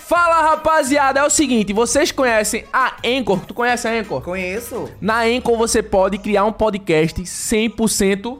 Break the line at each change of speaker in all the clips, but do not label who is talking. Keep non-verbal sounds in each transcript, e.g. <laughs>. Fala rapaziada, é o seguinte, vocês conhecem a Anchor? Tu conhece a Anchor?
Conheço.
Na Anchor você pode criar um podcast 100%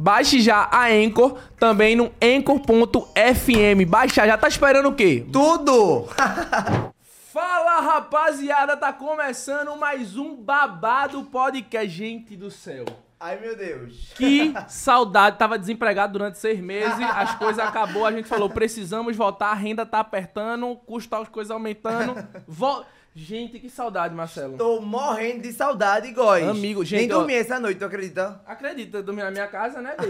Baixe já a Anchor, também no anchor.fm. Baixa já, tá esperando o quê?
Tudo! <laughs>
Fala rapaziada, tá começando mais um babado podcast, gente do céu.
Ai meu Deus. <laughs>
Que saudade, tava desempregado durante seis meses, as coisas acabou, a gente falou, precisamos voltar, a renda tá apertando, o custo tá as coisas aumentando. Vol... Gente, que saudade, Marcelo.
Tô morrendo de saudade, Góis.
Amigo, gente,
Nem
ó-
dormi essa noite, tu acredita?
Acredita, eu dormi na minha casa, né, Dei?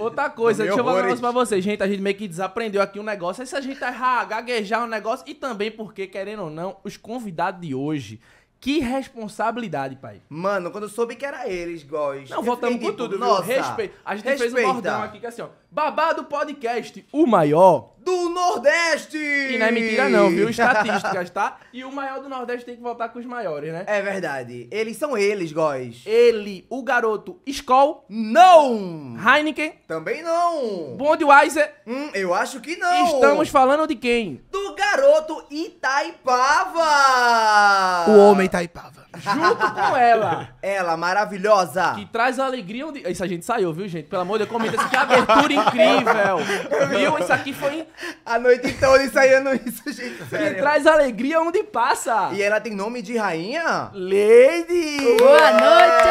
Outra coisa,
Dormi
deixa eu falar um negócio
horrores.
pra vocês, gente. A gente meio que desaprendeu aqui um negócio. Aí se a gente errar, gaguejar um negócio. E também porque, querendo ou não, os convidados de hoje. Que responsabilidade, pai.
Mano, quando eu soube que era eles, Góis.
Não,
eu
voltamos
fiquei
com
tipo,
tudo, viu?
nossa,
Respeito. A gente fez
respeita.
um bordão aqui que é assim, ó. Babado Podcast, o maior.
Do Nordeste!
E não é mentira não,
<laughs>
viu? Estatísticas, tá? E o maior do Nordeste tem que voltar com os maiores, né?
É verdade. Eles são eles, Góis.
Ele, o garoto Skoll,
Não!
Heineken,
Também não!
Budweiser.
Hum, eu acho que não!
Estamos falando de quem?
do garoto Itaipava!
Taipava.
junto com ela.
Ela maravilhosa!
Que traz alegria onde. Isso a gente saiu, viu, gente? Pelo amor de Deus, comenta isso. Que abertura incrível! Viu? Isso aqui foi.
A noite então toda ensaiando isso, gente,
Que
sério.
traz alegria onde passa.
E ela tem nome de rainha?
Lady!
Boa noite!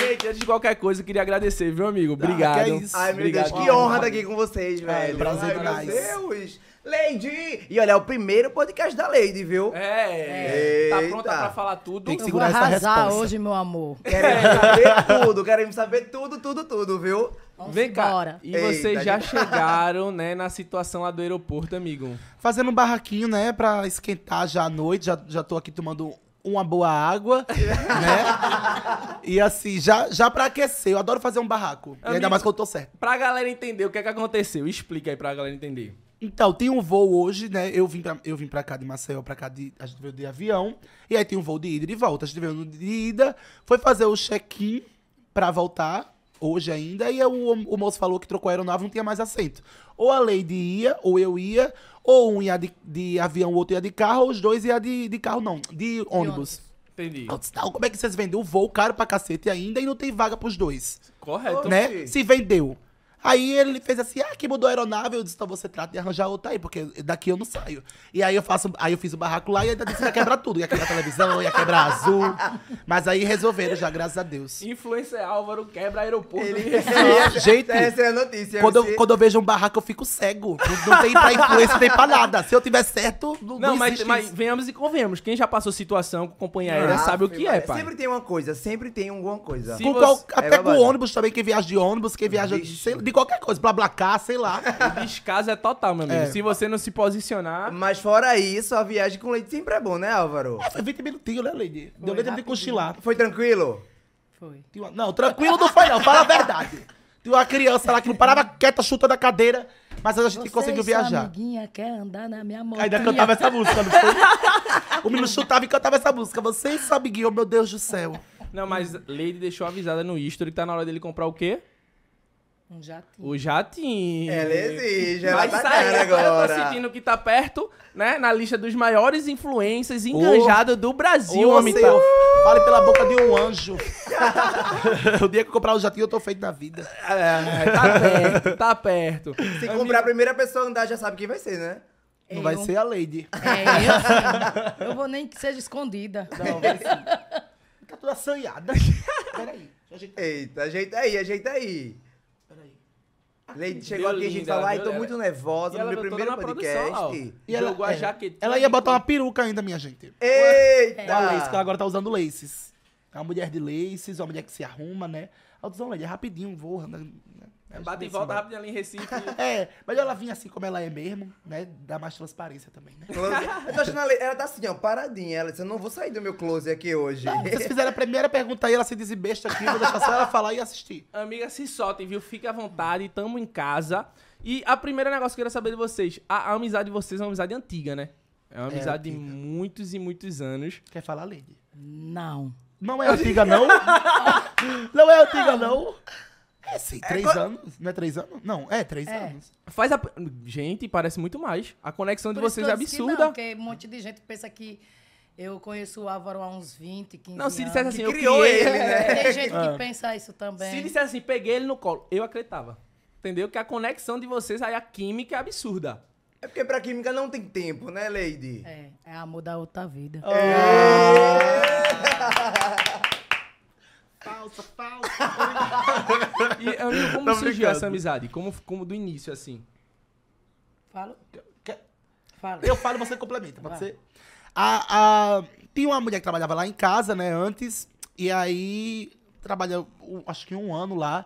Gente, antes de qualquer coisa, eu queria agradecer, viu, amigo?
Ah,
Obrigado.
que é isso.
Ai, meu
Obrigado.
Deus, que honra estar aqui com vocês,
Ai,
velho.
prazer
Ai, meu
demais.
Deus! Lady! E olha, é o primeiro podcast da Lady, viu?
É, tá pronta
Eita.
pra falar tudo.
Tem que
Eu
segurar
vou
essa
Arrasar
resposta. É,
hoje, meu amor.
Queremos saber tudo, queremos saber tudo, tudo, tudo, viu?
Vamos
Vem cá.
embora.
E vocês
Eita,
já
gente.
chegaram, né, na situação lá do aeroporto, amigo.
Fazendo um barraquinho, né? Pra esquentar já à noite. Já, já tô aqui tomando uma boa água, né? E assim, já, já pra aquecer. Eu adoro fazer um barraco. E
Amigo.
ainda mais quando tô certo.
Pra galera entender o que é que aconteceu, explica aí pra galera entender.
Então, tem um voo hoje, né? Eu vim pra, eu vim pra cá de Maceió, pra cá de. A gente veio de avião. E aí tem um voo de ida e de volta. A gente veio no de ida, foi fazer o check-in pra voltar, hoje ainda. E aí o, o moço falou que trocou a aeronave, não tinha mais assento. Ou a Lady ia, ou eu ia. Ou um ia de, de avião, o outro ia de carro. Ou os dois ia de, de carro, não, de ônibus.
ônibus.
Entendi.
Eu disse, "Não, como é que vocês vendem o voo caro pra cacete ainda e não tem vaga pros dois?
Correto.
né?
Oxi.
Se vendeu. Aí ele fez assim, ah, que mudou a aeronave. Eu disse, então você trata de arranjar outra aí, porque daqui eu não saio. E aí eu faço, aí eu fiz o barraco lá e ainda disse que ia quebrar tudo. Ia quebrar televisão, ia quebrar azul. Mas aí resolveram já, graças a Deus.
Então, Influencer Álvaro quebra aeroporto.
gente,
essa é a notícia.
Quando
MC.
eu, quando eu vejo um barraco, eu fico cego. Não- Não tem pra influência, tem pra nada. Se eu tiver certo,
<laughs>
não,
Não,
<laughs>
não
mas,
existe
mas
isso.
venhamos e convenhamos. Quem já passou situação com companhia aérea
Ah,
sabe o
sim,
que
vai.
é, pai.
Sempre tem uma coisa, sempre tem alguma coisa.
Sim.
Com
você-
qual-
é
até com
babado.
ônibus também, quem viaja de ônibus, quem viaja de,
Vixe.
sei- de qualquer coisa, blá blá cá, sei lá.
O descaso é total, meu amigo.
É.
Se você não se posicionar.
Mas fora isso, a viagem com leite sempre é bom, né, Álvaro?
Foi 20 minutinhos, né, Lady? Deu
Foi
nem tempo de
rapidinho.
cochilar.
Foi tranquilo?
Foi.
Tinha uma- Não, tranquilo não foi não, fala a verdade. Tem uma criança lá que não parava quieta, chutando a cadeira, mas a gente
Você
conseguiu
e sua
viajar.
amiguinha quer andar na minha moto.
Ainda cantava essa música, não foi? O menino chutava e cantava essa música. Você e sua amiguinha, meu Deus do céu.
Não, mas Lady deixou avisada no history que tá na hora dele comprar o quê?
Um jatinho.
O jatinho.
Ela exige, ela
Mas
É, tá
isso aí,
cara
agora eu
agora.
tô sentindo que tá perto, né? Na lista dos maiores influencers enganjados do Brasil,
Ô,
homem. tá? então.
Senhor, Fale pela boca de um anjo. <laughs> o dia que eu comprar o jatinho, eu tô feito na vida.
É, tá perto, tá perto.
Se comprar a primeira pessoa a andar, já sabe quem vai ser, né?
Não
Eu.
vai ser a Lady.
É, eu, sim. eu vou nem que seja escondida.
Não, vai ser. Tá
<laughs>
toda assanhada. Peraí, deixa eu ajeitar.
Eita, ajeita aí, ajeita aí.
Peraí.
Leite chegou aqui, a gente
linda,
falou, ai,
viu?
tô
Ela-
muito nervosa
E ela
no meu
botou
primeiro
na produção, ó.
podcast.
E ela,
Jogou a
é,
jaquetinha
ela ia
ali,
botar
pô.
uma peruca ainda, minha gente.
Ah.
Da lace, que ela
Eita!
agora tá usando tá laces. É uma mulher de laces, uma mulher que se arruma, é né? Ela diz, olha, é rapidinho, vou. né?
É, bate e volta rápido ali em Recife.
É, mas ela vinha assim como ela é mesmo, né? Dá mais transparência também,
<laughs>
né?
Eu tô achando ela, ela tá assim, ó, paradinha. Ela disse, eu não vou sair do meu close aqui hoje. <laughs>
Vocês fizeram a primeira pergunta aí, ela se disse besta aqui, vou deixar só ela falar e assistir.
Amiga, se soltem, viu? Fique à vontade, tamo em casa. E a primeira negócio que eu queria saber de vocês, a, a amizade de vocês é uma amizade antiga, né? É uma amizade de muitos e muitos anos.
Quer falar, Lady?
Não.
Não é antiga, não? <laughs> não é antiga, não? É sim, três anos. Não é três anos? Não, é três
É.
anos.
Faz a... Gente, parece muito mais. A conexão de
Por isso
vocês
que
é
eu disse que Não,
absurda.
porque um monte de gente pensa que eu conheço o Álvaro há uns 20, 15
Não, se
anos.
dissesse assim, eu
criou
criei.
ele,
né?
É, Tem gente que pensa isso também.
Se dissesse assim, peguei ele no colo, eu acreditava. Entendeu? Que a conexão de vocês, aí a química é absurda.
É porque pra química não tem tempo, né, Lady?
É, é amor da outra vida.
É. Falsa, falsa.
E, amigo, como
<laughs> Tô
surgiu
brincando.
essa amizade? Como, como do início, assim?
Falo?
Quer-
Falo.
Eu falo, você complementa, pode
Vai.
ser? A, a, tinha uma mulher que trabalhava lá em casa, né, antes, e aí trabalhou, um- acho que um ano lá,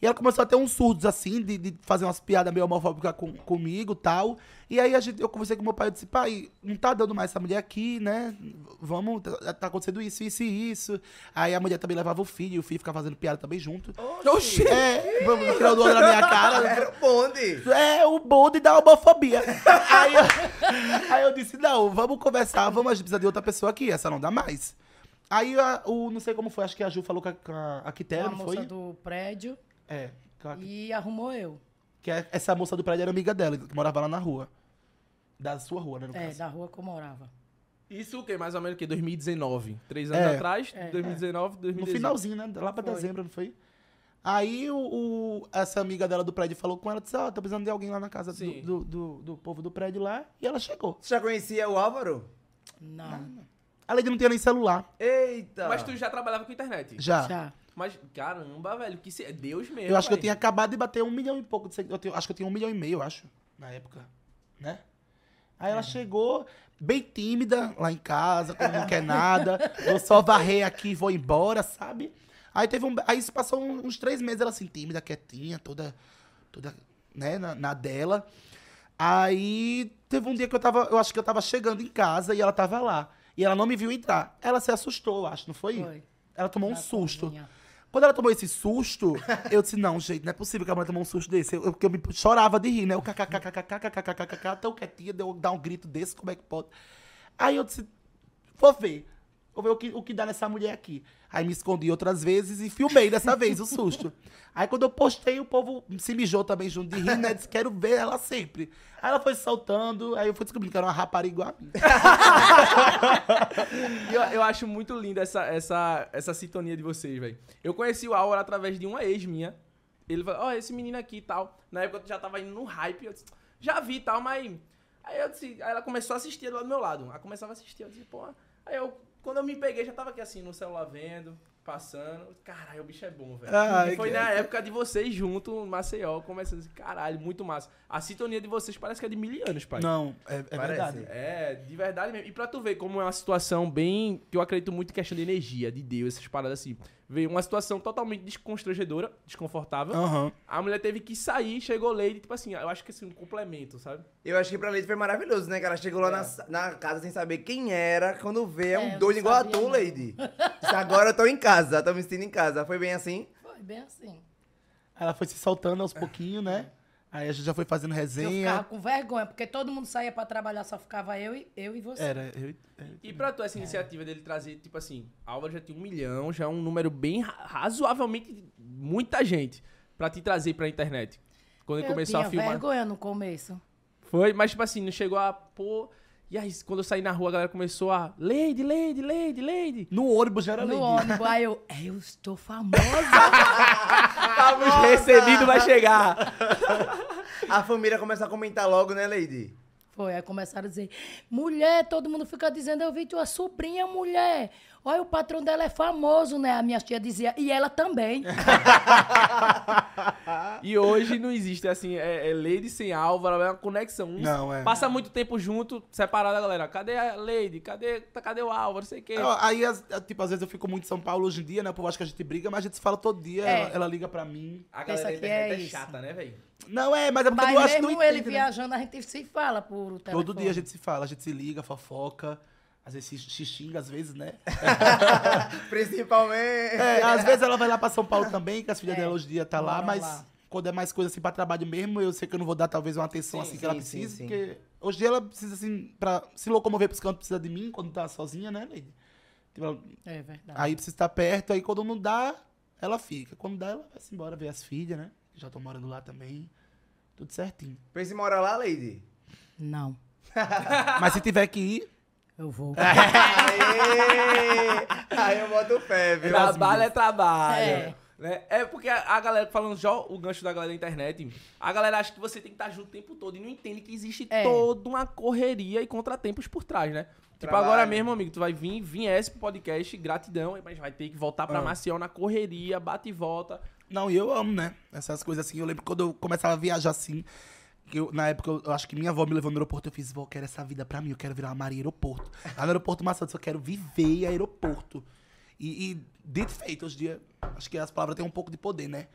e ela começou a ter uns surdos, assim, de, de fazer umas piadas meio homofóbicas com, comigo e tal, e aí a gente, eu conversei com meu pai, eu disse, pai, não tá dando mais essa mulher aqui, né, vamos, tá, tá acontecendo isso, isso e isso, aí a mulher também levava o filho, e o filho ficava fazendo piada também junto.
Oxi!
É, vamos tirar o do olho da minha cara,
<laughs> Era o bonde.
é o bonde da homofobia. aí, eu, aí eu disse, não, vamos conversar, vamos, a gente precisa de outra pessoa aqui, essa não dá mais. Aí a- o, não sei como foi, acho que a Ju falou com a, com a, a Quitéria,
a
não
moça
foi?
do prédio
É, com a-
e arrumou eu.
que é- essa moça do prédio era amiga dela, que morava lá na rua. Da sua rua, né, no
É,
caso.
da rua que eu morava.
Isso o quê? Mais ou menos o quê? 2019. Três anos
É.
atrás?
É.
2019,
No
2019.
finalzinho, né, lá pra
Foi.
dezembro, não foi? Aí o, o- essa amiga dela do prédio falou com ela, disse, ó, tá precisando de alguém lá na casa do,
Sim.
do, do- do povo do prédio lá, e ela chegou.
Você já conhecia o Álvaro?
Não.
A Lady não tinha nem celular,
Eita.
Mas tu já trabalhava com internet.
Tá.
Já.
Mas, caramba, velho, que se... é Deus mesmo.
Eu acho que eu
velho.
tinha acabado de bater um milhão e pouco de seguidores. Eu tenho- acho que eu tinha um milhão e meio, eu acho, na época. Né? Aí
É.
ela chegou bem tímida lá em casa, como não quer nada. Eu só varrei aqui e vou embora, sabe? Aí teve um. Aí isso passou um- uns três meses, ela assim, tímida, quietinha, toda. toda né, na, na dela. Aí teve um dia que eu tava. Eu acho que eu tava chegando em casa e ela tava lá. E ela não me viu entrar. Ela se assustou, eu acho, não foi?
Foi.
Ela tomou um
Na
susto.
cozinha.
Quando ela tomou esse susto, eu disse, não, gente, não é possível que a mulher tomou um susto desse. Eu, eu- porque eu me chorava de rir, né? Eu kkkkkkkkkkk, tão quietinha, deu dar um grito desse, como é que pode? Aí eu disse, vou ver. Vou ver o que, o que dá nessa mulher aqui. Aí me escondi outras vezes e filmei <laughs> dessa vez o susto. Aí quando eu postei, o povo se mijou também junto de rir, né? Disse, quero ver ela sempre. Aí ela foi soltando, aí eu fui descobrindo que era uma rapariga igual a mim.
E Eu, eu acho muito linda essa, essa, essa sintonia de vocês, velho. Eu conheci o Aura através de uma ex minha. Ele falou, ó, esse menino aqui e tal. Na época eu já tava indo no hype. Eu disse, já vi e tal, mas... Aí eu disse, aí ela começou a assistir lá do meu lado. Ela começava a assistir, eu disse, pô... Aí eu, quando eu me peguei, já tava aqui assim, no celular vendo, passando. Caralho, o bicho é bom, velho.
Ai,
E foi
que-
na época de vocês junto, no Maceió, começando assim, caralho, muito massa. A sintonia de vocês parece que é de mil anos, pai.
Não, é, é
Parece.
verdade.
É, de verdade mesmo. E pra tu ver como é uma situação bem. que eu acredito muito em questão de energia, de Deus, essas paradas assim. Veio uma situação totalmente desconstrangedora, desconfortável.
Aham.
A mulher teve que sair, chegou Lady, tipo assim, eu acho que assim, um complemento, sabe?
Eu acho que pra Lady foi maravilhoso, né? Que ela chegou
É.
lá na, sa- na casa sem saber quem era. Quando vê, é
É, eu
um
não
doido igual a
sabia,
tu,
não.
Lady. Disse, agora eu tô em casa, tô me sentindo em casa. Foi bem assim?
Foi bem assim.
Aí Ela foi se soltando aos pouquinhos, né? Aí a gente já foi fazendo
Eu ficava
resenha.
com vergonha, porque todo mundo saía pra trabalhar, só ficava eu e, eu e você.
Era, eu. é. eu-
E pra tu,
É.
essa iniciativa dele trazer, tipo assim, Álvaro já tem um milhão, já é um número bem ra- razoavelmente muita gente pra te trazer pra internet. Quando ele
eu
começou
tinha
a filmar.
vergonha no começo.
Foi, mas tipo assim, não chegou a pô. E aí, quando eu saí na rua, a galera começou a. Lady, Lady, Lady, Lady.
No ônibus já era
No
Lady.
ônibus, aí eu, "É, eu estou famosa.
<laughs>
Os recebido vai chegar.
A família começa a comentar logo, né, Lady? <laughs>
Foi, aí começaram a dizer, mulher, todo mundo fica dizendo, eu vi tua sobrinha, mulher. Olha, o patrão dela é famoso, né? A minha tia dizia. E ela
<laughs>
também.
E hoje não existe, assim, é, é Lady sem Álvaro, é uma conexão. Uns
Não, é.
Passa muito tempo junto, separado a galera. Cadê a Lady? Cadê, tá- cadê o Álvaro? Não sei o quê.
Eu- Aí, as- tipo, às vezes eu fico muito em São Paulo hoje em dia, né? O povo acha que a gente briga, mas a gente se fala todo dia.
É.
Ela, ela liga pra mim.
A galera
Pensa
da
que
internet
é
é
isso.
chata, né, velho?
Não é, mas é porque eu
Mas
acho que não
mesmo ele né,
entende, né?
viajando, a gente se fala por telefone.
Todo dia a gente se fala, a gente se liga, fofoca. Às vezes se, se xinga, às vezes, né?
Principalmente.
É, às vezes ela vai lá pra São Paulo também, que as filhas
É,
dela hoje em dia tá lá,
moram
mas
lá.
quando é mais coisa assim pra trabalho mesmo, eu sei que eu não vou dar talvez uma atenção assim que ela
sim, sim,
precisa,
sim.
porque hoje em dia ela precisa assim, pra se locomover pros cantos, precisa de mim quando tá sozinha, né, Leide? Tipo, ela-
É verdade.
aí precisa estar perto, aí quando não dá, ela fica. Quando dá, ela vai-se embora ver as filhas, né? que Já estão morando lá também. Tudo certinho.
Pensa em morar lá, Lady.
Não,
Mas se tiver que ir,
eu vou.
É,
Aê! Aí eu boto fé, viu?
Trabalho é trabalho.
É.
É. Né? É porque a a galera, falando já o gancho da galera da internet, a galera acha que você tem que estar junto o tempo todo e não entende que existe
É.
toda uma correria e contratempos por trás, né? Tipo,
Trabalho.
agora mesmo, amigo, tu vai vir, viesse pro podcast, gratidão, mas vai ter que voltar
Ah.
pra Maceió na correria, bate e volta.
Não, e eu amo, né? Essas coisas assim. Eu lembro quando eu começava a viajar assim. Que eu, na época, eu, eu acho que minha avó me levou no aeroporto. Eu fiz, vó, eu quero essa vida pra mim. Eu quero virar uma Maria Aeroporto. Lá no aeroporto Maçã, eu quero viver aeroporto. E, e dito e feito, hoje em dia, acho que as palavras têm um pouco de poder, né?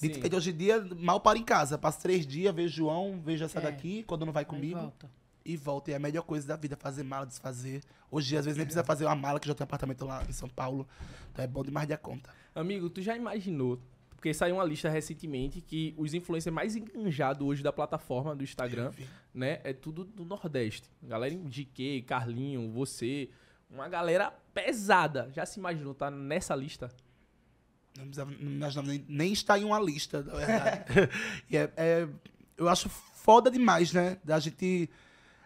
Dito e
Sim.
feito, hoje em dia, mal paro em casa. Passo três dias, vejo João, vejo essa
É.
daqui, quando não vai comigo.
Aí volta.
E volta. E é a melhor coisa da vida, fazer mala, desfazer. Hoje, em dia, às
É.
vezes, nem precisa fazer uma mala, que já tem um apartamento lá em São Paulo. Então é bom demais de a conta.
Amigo, tu já imaginou? Porque saiu uma lista recentemente que os influencers mais enganjados hoje da plataforma do Instagram, né? É tudo do Nordeste. Galera em GQ, Carlinho, você. Uma galera pesada. Já se imaginou tá nessa lista?
Não precisava, não imaginava nem, nem estar em uma lista,
<laughs>
na verdade. e é, é- eu acho foda demais, né? Da gente.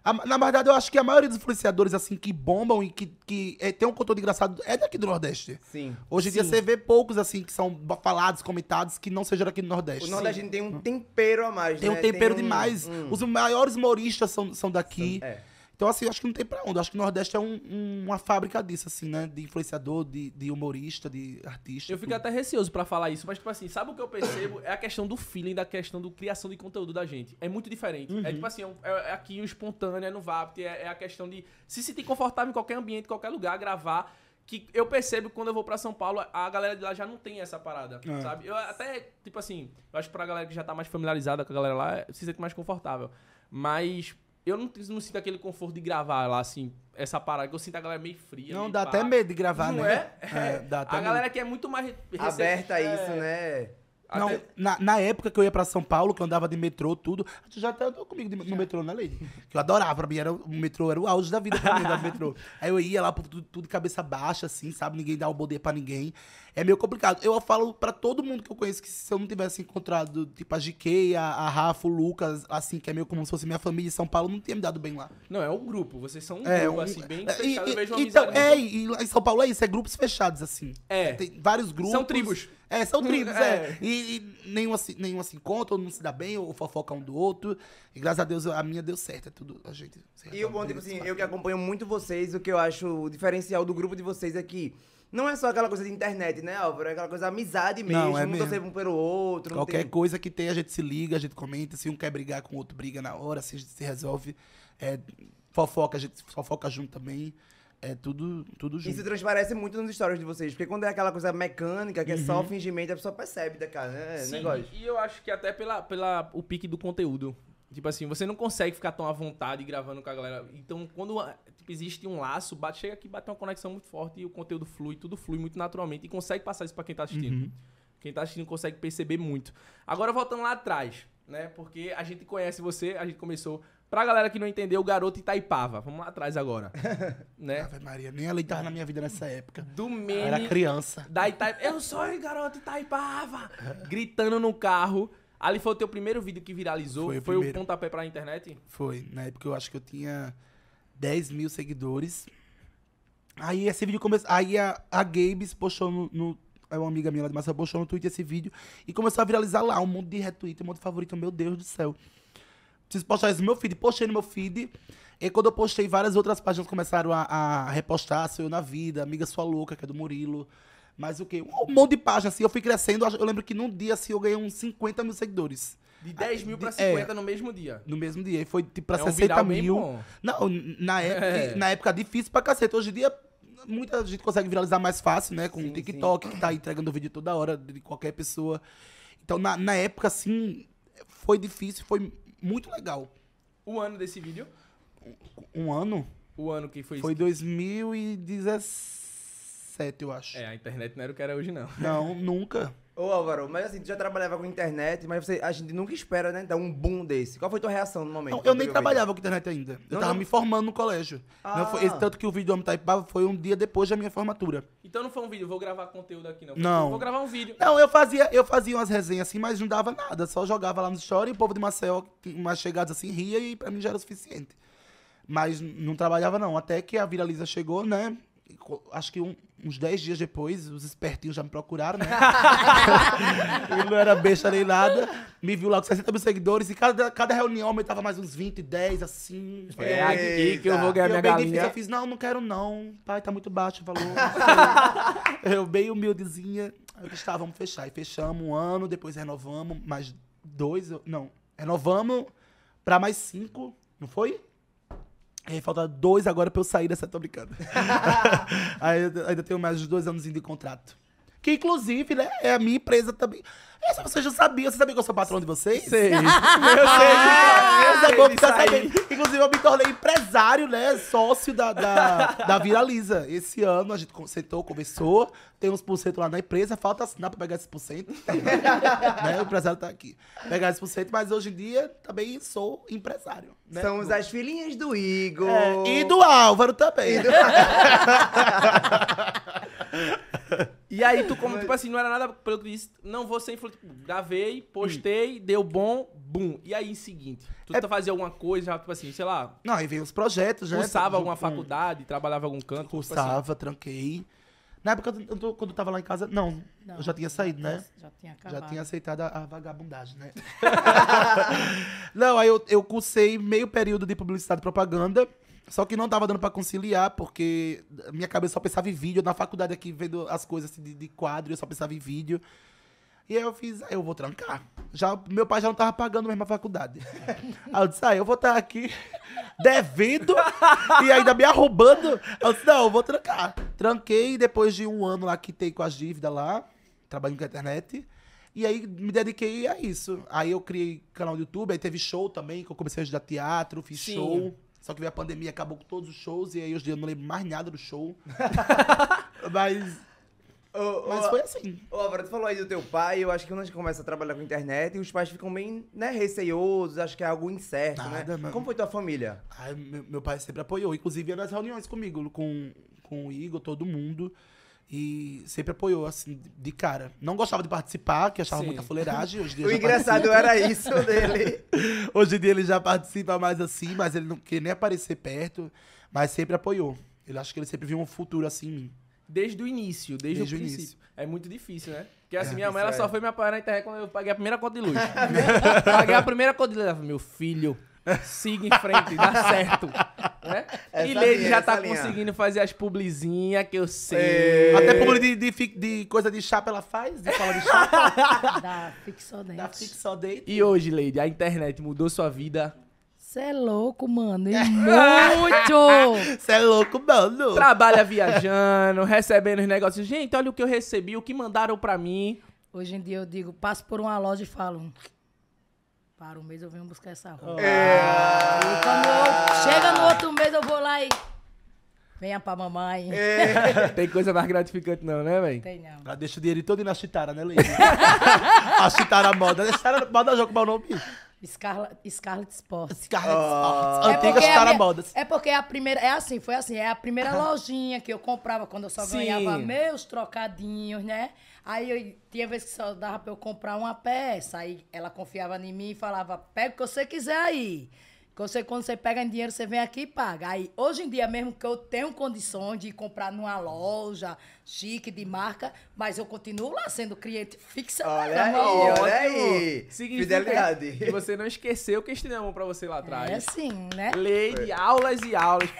a- na verdade, eu acho que a maioria dos influenciadores, assim, que bombam e que, que é, tem um conteúdo engraçado é daqui do Nordeste.
Sim.
Hoje em dia você vê poucos, assim, que são ba- falados, comentados, que não sejam daqui do Nordeste.
O nordestino tem um tempero a mais,
Tem
né?
um tempero
um-
demais.
um-
Os maiores humoristas são, são daqui.
É.
Então, assim, eu acho que não tem pra onde. Eu acho que o Nordeste é um- um- uma fábrica disso, assim, né? De influenciador, de, de humorista, de artista.
Eu fico
tudo.
até receoso pra falar isso, mas, tipo assim, sabe o que eu percebo? É a questão do feeling, da questão do criação de conteúdo da gente. É muito diferente.
Uhum.
É tipo assim, é, um- é- é aqui o espontâneo, é no VAPT, é, é a questão de se sentir confortável em qualquer ambiente, qualquer lugar, gravar. Que eu percebo que quando eu vou pra São Paulo, a galera de lá já não tem essa parada,
É.
sabe? Eu até, tipo assim, eu acho que pra galera que já tá mais familiarizada com a galera lá, é- se sente mais confortável. Mas eu não, não sinto aquele conforto de gravar lá, assim, essa parada, que eu sinto a galera meio fria.
Não,
meio
dá
pá.
até medo de gravar,
Não
né?
é?
dá até
A galera que é muito mais... rece-
Aberta a isso,
é,
né?
até-
Não, na, na época que eu ia pra São Paulo, que eu andava de metrô, tudo. Tu já até andou comigo de- no metrô, né, Lady? Que eu adorava. Pra mim, era, o metrô era o auge da vida pra mim, andar de
<laughs>
metrô. Aí eu ia lá, pro- tudo, tudo de cabeça baixa, assim, sabe? Ninguém dá o poder pra ninguém. É meio complicado. Eu falo pra todo mundo que eu conheço que se eu não tivesse encontrado, tipo, a GK, a, a Rafa, o Lucas, assim, que é meio como se fosse minha família em São Paulo, não tinha me dado bem lá.
Não, é um grupo. Vocês são um
É,
grupo,
um-
assim, bem
é,
fechado.
e-
eu vejo uma
e- Então,
amizade
é,
muito-
e lá em São Paulo é isso, é grupos fechados, assim.
É.
Tem vários grupos.
São tribos.
É, são tribos, é.
<laughs> É.
E, e assim, nenhuma, se, nenhuma se encontra, ou não se dá bem, ou fofoca um do outro. E graças a Deus a minha deu certo, é tudo a gente. se
E o
resolve
bom,
bem,
tipo
se
assim,
fala.
eu que acompanho muito vocês, o que eu acho o diferencial do grupo de vocês é que não é só aquela coisa de internet, né, Álvaro? É aquela coisa amizade mesmo,
Não, é
um
mesmo.
torcer um pelo outro. não
Qualquer
tem-
coisa que tem, a gente se liga, a gente comenta. Se um quer brigar com o outro, briga na hora, se, se resolve. É, fofoca, a gente fofoca junto também. É tudo, tudo junto.
Isso transparece muito nos stories de vocês, porque quando é aquela coisa mecânica, que é só fingimento, a pessoa percebe, da cara,
É,
né?
Sim,
Negócio.
E eu acho que até pela, pela o pique do conteúdo. Tipo assim, você não consegue ficar tão à vontade gravando com a galera. Então, quando ah, tipo, existe um laço, bate, chega aqui bate uma conexão muito forte e o conteúdo flui, tudo flui muito naturalmente e consegue passar isso pra quem tá assistindo. Quem tá assistindo consegue perceber muito. Agora, voltando lá atrás, né? Porque a gente conhece você, a gente começou. Pra galera que não entendeu, o garoto Itaipava. Vamos lá atrás agora. né?
Ave Maria, nem a lei tava na minha vida nessa época.
Do
Eu era
meme
criança.
da Itaipa. tá, Eu sou o garoto Itaipava! Gritando no carro. Ali foi o teu primeiro vídeo que viralizou.
Foi
Foi,
o
o
primeiro.
pontapé pra internet?
Foi. Na época eu acho que eu tinha 10 mil seguidores. Aí esse vídeo começou. Aí a, a Gabes postou no. no é uma amiga minha lá de Massa, postou no Twitter esse vídeo e começou a viralizar lá. Um monte de retweet, um monte de favorito. Meu Deus do céu. Preciso postar isso no meu feed. Postei no meu feed. E quando eu postei, várias outras páginas começaram a, a repostar. "Ah, Sou eu na vida, Amiga Sua Louca, que é do Murilo. Mas o quê? Um monte de páginas, assim. Eu fui crescendo. Eu lembro que num dia, assim, eu ganhei uns 50 mil seguidores.
De 10 mil pra
de- é.
50 no mesmo dia.
No mesmo dia. E foi, tipo, pra
É um
60
viral bem
mil.
bom.
Não, n- na época,
É.
na época difícil pra caceta. Hoje em dia, muita gente consegue viralizar mais fácil, né? Com
Sim,
o TikTok, que tá aí entregando vídeo toda hora de qualquer pessoa. Então, na, na época, assim, foi difícil, foi muito legal.
O ano desse vídeo,
Um ano?
o ano que foi...
Foi 2017, eu acho.
É, a internet não era o que era hoje, não.
Não, nunca.
Ô Álvaro, mas assim, tu já trabalhava com internet, mas você, a gente nunca espera, né, dar um boom desse. Qual foi tua reação no momento?
Não, eu
quando
nem
tu viu o
trabalhava com internet ainda. Eu
Não,
tava
não.
me formando no colégio.
Ah.
Não, foi- esse- tanto que o vídeo do Homem Taipava foi um dia depois da minha formatura.
Então não foi um vídeo, vou gravar conteúdo aqui, não.
Não.
Vou gravar um vídeo.
Não, eu fazia, eu fazia umas resenhas assim, mas não dava nada. Só jogava lá no story e o povo de Maceió, umas chegadas assim, ria e pra mim já era o suficiente. Mas n- não trabalhava não. Até que a Viraliza chegou, né? E co- Acho que um- uns 10 dias depois, os espertinhos já me procuraram, né? <laughs> eu não era besta nem nada. Me viu lá com 60 mil seguidores e cada, cada reunião aumentava mais uns 20, 10, assim.
É aqui que eu vou
E
ganhar
eu
minha
bem difícil, eu
galinha.
fiz, não, não quero não. Pai, tá muito baixo
<laughs>
o valor. eu bem humildezinha. Aí eu disse, tá, vamos fechar. E fechamos um ano, depois renovamos mais dois, eu- não. Renovamos pra mais cinco, não foi? E aí falta dois agora pra eu sair dessa, tô brincando.
<laughs>
aí eu- ainda tenho mais dois anos de contrato. Que inclusive, né, é a minha empresa também. Essa vocês já sabiam, vocês sabiam que eu sou patrão de vocês? <laughs>
<laughs>
Sei.
Eu sei, Ah, eu sei, bom
Ah, ele
ficar
saiu.
sabendo. Inclusive, eu me tornei empresário, né? Sócio
<laughs>
da, da, da Viraliza. Esse ano a gente con- sentou, conversou, tem uns por cento lá na empresa, falta assinar pra pegar esses por cento. <laughs> né? O empresário tá aqui. Pegar esses por cento, mas hoje em dia também sou empresário.
vídeo? Somos as filhinhas do Igor.
né? É,
<laughs>
e do Álvaro também. <laughs>
E aí tu,
<laughs>
como, tipo assim, não era nada pelo que tu disse, não vou ser influencer. Tipo, Gravei, postei, deu bom, bum. E aí, seguinte, tu
Hum. É-
tá fazendo alguma coisa, já, tipo assim, sei lá,
Não, aí vem os projetos,
é
né?
cursava
hum.
alguma
faculdade.
faculdade, trabalhava em algum canto. tipo assim.
Cursava, tranquei. Na época, eu tô- quando eu tava lá em casa, não,
Não,
eu já tinha saído, né?
Já tinha acabado.
Já tinha aceitado a, a vagabundagem, né? <laughs> não, aí eu, eu cursei meio período de publicidade e propaganda. Só que não tava dando pra conciliar, porque minha cabeça só pensava em vídeo. Na faculdade aqui, vendo as coisas assim, de, de quadro, eu só pensava em vídeo. E aí eu fiz, ah, eu vou trancar. Já, meu pai já não tava pagando mesmo a faculdade. aí eu disse, ah, eu vou estar aqui <laughs> devendo e ainda me arrombando. Eu disse, não, eu vou trancar. Tranquei, depois de um ano lá, quitei com as dívidas lá, trabalhando com a internet. E aí me dediquei a isso. Aí eu criei canal do YouTube, aí teve show também, que eu comecei a estudar teatro, fiz
Sim.
show. Só que veio a pandemia, acabou com todos os shows, e aí hoje em dia eu não lembro mais nada do show. mas,
Ô, ô,
mas foi assim.
Ô, Álvaro, tu falou aí do teu pai, eu acho que quando a gente começa a trabalhar com internet, os pais ficam bem, né, receiosos, acho que é algo incerto, né?
Nada, mano.
Como foi tua família?
Ai, meu, meu pai sempre apoiou, inclusive ia nas reuniões comigo, com, com o Igor, todo mundo. E sempre apoiou, assim, de cara. Não gostava de participar, que achava
Sim.
muita fuleiragem.
<laughs>
Hoje em dia
O
já
engraçado era isso dele.
<laughs> participa- Hoje em dia ele já participa mais assim, mas ele não queria nem aparecer perto. Mas sempre apoiou. Ele acha que ele sempre viu um futuro assim em mim.
Desde o início, desde,
Desde
o
o
princípio. É muito difícil, né? Porque assim, minha
isso
mãe ela só
é.
foi me apoiar na internet quando eu paguei a primeira conta de luz. <laughs> paguei a primeira conta de luz. Ela falou, meu filho, siga em frente, dá certo. Né?
Essa
e Leide
linha,
já
essa
tá
linha.
conseguindo fazer as publizinhas que eu sei.
É.
Até por de, de, fi- de coisa de chapa ela faz, de fala de chapa,
Da Fixodente.
<laughs>
da Fixodate.
E hoje, Leide, a internet mudou sua vida.
Você é louco, mano. E
<laughs>
muito!
Você é louco, mano.
Trabalha viajando, recebendo os negócios. Gente, olha o que eu recebi, o que mandaram pra mim.
Hoje em dia eu digo, passo por uma loja e falo. "Hum, Para um mês eu venho buscar essa roupa. E quando eu- chega no outro mês, eu vou lá e. Venha pra mamãe.
Tem coisa mais gratificante não, né, velho?
Tem não.
Ela deixa o dinheiro todo na chitara, né, Leide? <laughs> a chitara moda. A chitara moda joga como é o nome?
Scarlet, Scarlet Sports.
Scarlet
É
Sports. Antiga
porque a
chitara
minha-
moda.
É porque a primeira. É assim, foi assim. É a primeira lojinha que eu comprava quando eu só
Sim.
ganhava meus trocadinhos, né? Aí eu, tinha vezes que só dava pra eu comprar uma peça. Aí ela confiava em mim e falava: pega o que você quiser aí. Porque você, quando você pega em dinheiro, você vem aqui e paga. Aí, hoje em dia, mesmo que eu tenho condições de comprar numa loja chique de marca, mas eu continuo lá sendo cliente fixa.
Olha
dela,
aí,
amor.
olha aí.
Tá Significa
Fidelidade.
que você não esqueceu que eu estendei a mão pra você lá atrás.
É sim, né?
Lady, aulas e aulas.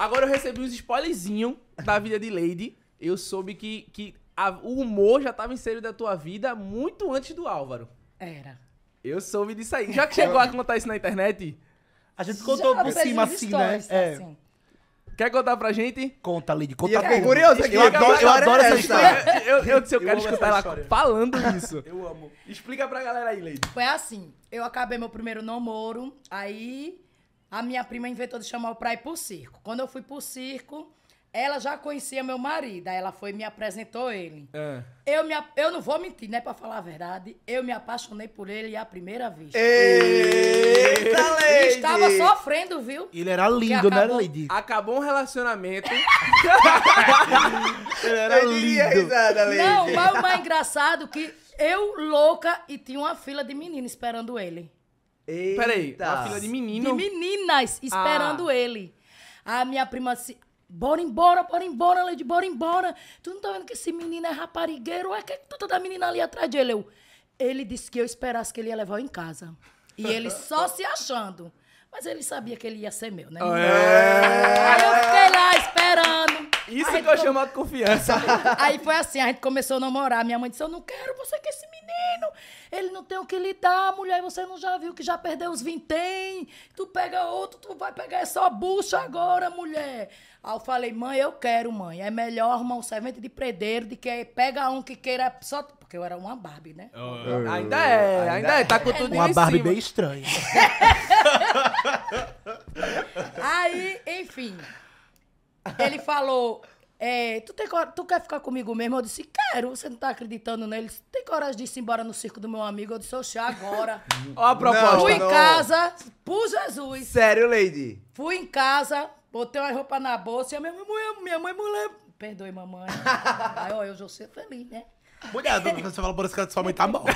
Agora eu recebi uns spoilerzinhos da vida de Lady. Eu soube que, que a- o humor já tava inserido da tua vida muito antes do Álvaro.
Era.
Eu soube disso aí. Já que chegou a contar isso na internet,
A gente contou
Já
por
fez
cima
umas
assim, né?
stories,
É.
assim.
quer contar pra gente?
Conta, Lady,
E
conta
eu fiquei
tudo.
curioso aqui.
Eu adoro, eu adoro essa história.
Eu, eu, eu, eu quero
amo
escutar
essa
ela
história.
falando isso.
Eu amo.
Explica pra galera aí, Lady.
Foi assim, eu acabei meu primeiro namoro, aí a minha prima inventou de chamar eu pra ir pro circo. Quando eu fui pro circo, ela já conhecia meu marido, aí ela foi e me apresentou ele.
Ah.
Eu, me, a- eu não vou mentir, né, pra falar a verdade, eu me apaixonei por ele à primeira vista.
Eita,
E
Lady!
estava sofrendo, viu?
Ele era lindo, né,
acabou-
Lady?
Acabou um relacionamento.
Ele era
Eu diria
lindo.
risada, Lady.
Não, mas o mais engraçado é que eu louca e tinha uma fila de meninos esperando ele.
Peraí,
Eita.
uma fila de menino.
de meninas esperando ele. A minha prima assim, bora embora, bora embora, Lady, bora embora. Tu não tá vendo que esse menino é raparigueiro? Ué, que é que tu tá da menina ali atrás dele? Eu, ele disse que eu esperasse que ele ia levar eu em casa. E ele só se achando. Mas ele sabia que ele ia ser meu, né? Aí eu fiquei lá esperando.
Isso
Aí
que eu
tô-
chamo de confiança.
Aí foi assim, a gente começou a namorar. Minha mãe disse: Eu não quero você com esse menino. Ele não tem o que lhe dar, mulher. Você não já viu que já perdeu os vintém? Tu pega outro, tu vai pegar essa bucha agora, mulher. Aí eu falei: Mãe, eu quero, mãe. É melhor arrumar um servente de predeiro do que pegar um que queira só. Porque eu era uma Barbie, né?
Ainda é, ainda, é. Tá com tudo
Uma
em
Barbie
cima.
bem estranha.
Aí, enfim. Ele falou: é, tu, tem, cora- tu quer ficar comigo mesmo? Eu disse: Quero. Você não tá acreditando nele? Ele disse, Tem coragem de ir embora no circo do meu amigo? Eu disse: Oxê, agora.
Ó a proposta.
Não,
Fui em
não.
casa, por Jesus.
Sério, Lady.
Fui em casa, botei uma roupa na bolsa e a minha mãe, minha mãe, mulher.
<laughs>
Perdoe, mamãe. Aí, ó, eu já sou feliz, né?
<laughs> Mulher, você fala por isso que a sua mãe tá morta.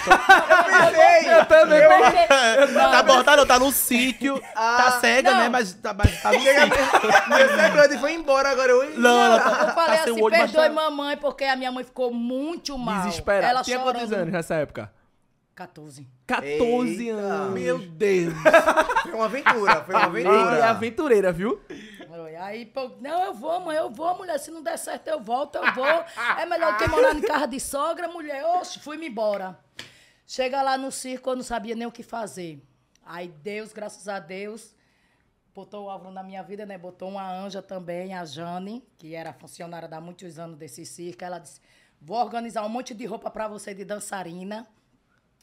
Ei,
também.
tá morta <laughs> não, tá no sítio. tá cega,
não.
né? Mas tá, mas tá no sítio.
meu segredo é foi embora agora. Eu...
Não, ela tá,
Eu falei
tá sem
assim,
o olho
perdoe
baixado.
mamãe, porque a minha mãe ficou muito mal.
Desesperado.
Ela
Tinha
chorou
quantos
no-
anos nessa época?
14.
14
Eita.
anos.
<laughs> Meu Deus.
Foi uma aventura, foi uma
Ele é
aventura.
aventureira, viu?
Foi. Aí, pô, não, eu vou, mãe, eu vou, mulher. Se não der certo, eu volto, eu vou. É melhor do que morar em casa de sogra, mulher. Oxe, fui-me embora. Chega lá no circo, eu não sabia nem o que fazer. Aí Deus, graças a Deus, botou o Álvaro na minha vida, né? Botou uma anja também, a Jane, que era funcionária há muitos anos desse circo. Ela disse, vou organizar um monte de roupa pra você de dançarina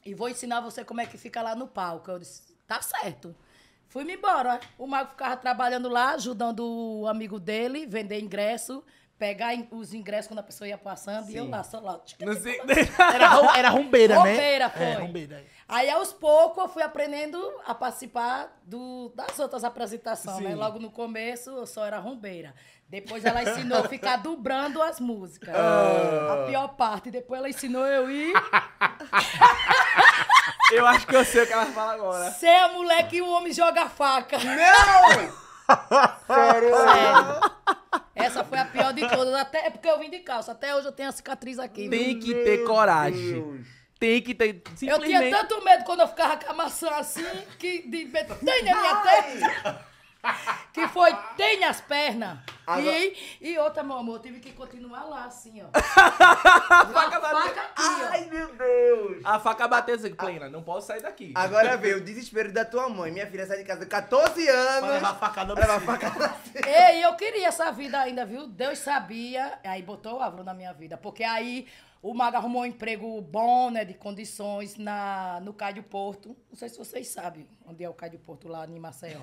e vou ensinar você como é que fica lá no palco. Eu disse, tá certo. Fui-me embora. O Mago ficava trabalhando lá, ajudando o amigo dele, vender ingresso, pegar in- os ingressos quando a pessoa ia passando, e eu lá, só lá.
Não sei.
<laughs> Era, rom-
<laughs>
era rombeira, né?
Rombeira, foi.
É, rombeira.
Aí, aos poucos, eu fui aprendendo a participar do, das outras apresentações, né? Logo no começo, eu só era rombeira. Depois ela ensinou a ficar dublando as músicas. A pior parte. Depois ela ensinou eu ir
Eu acho que eu sei o que ela fala agora.
ser a mulher que o homem joga a faca.
Sério, Lady.
Essa foi a pior de todas. Até, é porque eu vim de calça. Até hoje eu tenho a cicatriz aqui. viu?
Tem que ter coragem. Tem que ter.
Eu tinha
Simplesmente.
tanto medo quando eu ficava com a maçã assim, que de tenha minha testa. <laughs> Que foi, tenha as pernas. E, e outra, meu amor, eu tive que continuar lá, assim, ó. a faca, aqui, ó.
Ai, meu Deus.
A faca bateu assim, plena. Não posso sair daqui.
Agora veio o desespero da tua mãe. Minha filha sai de casa com 14
Pra levar
anos.
facada no
Leva a
sítio.
faca na cintura.
Ei, eu queria essa vida ainda, viu? Deus sabia. Aí botou o Avro na minha vida. Porque aí o Mago arrumou um emprego bom, né? De condições na, no Cádio Porto. Não sei se vocês sabem onde é o Cádio Porto lá em Maceió.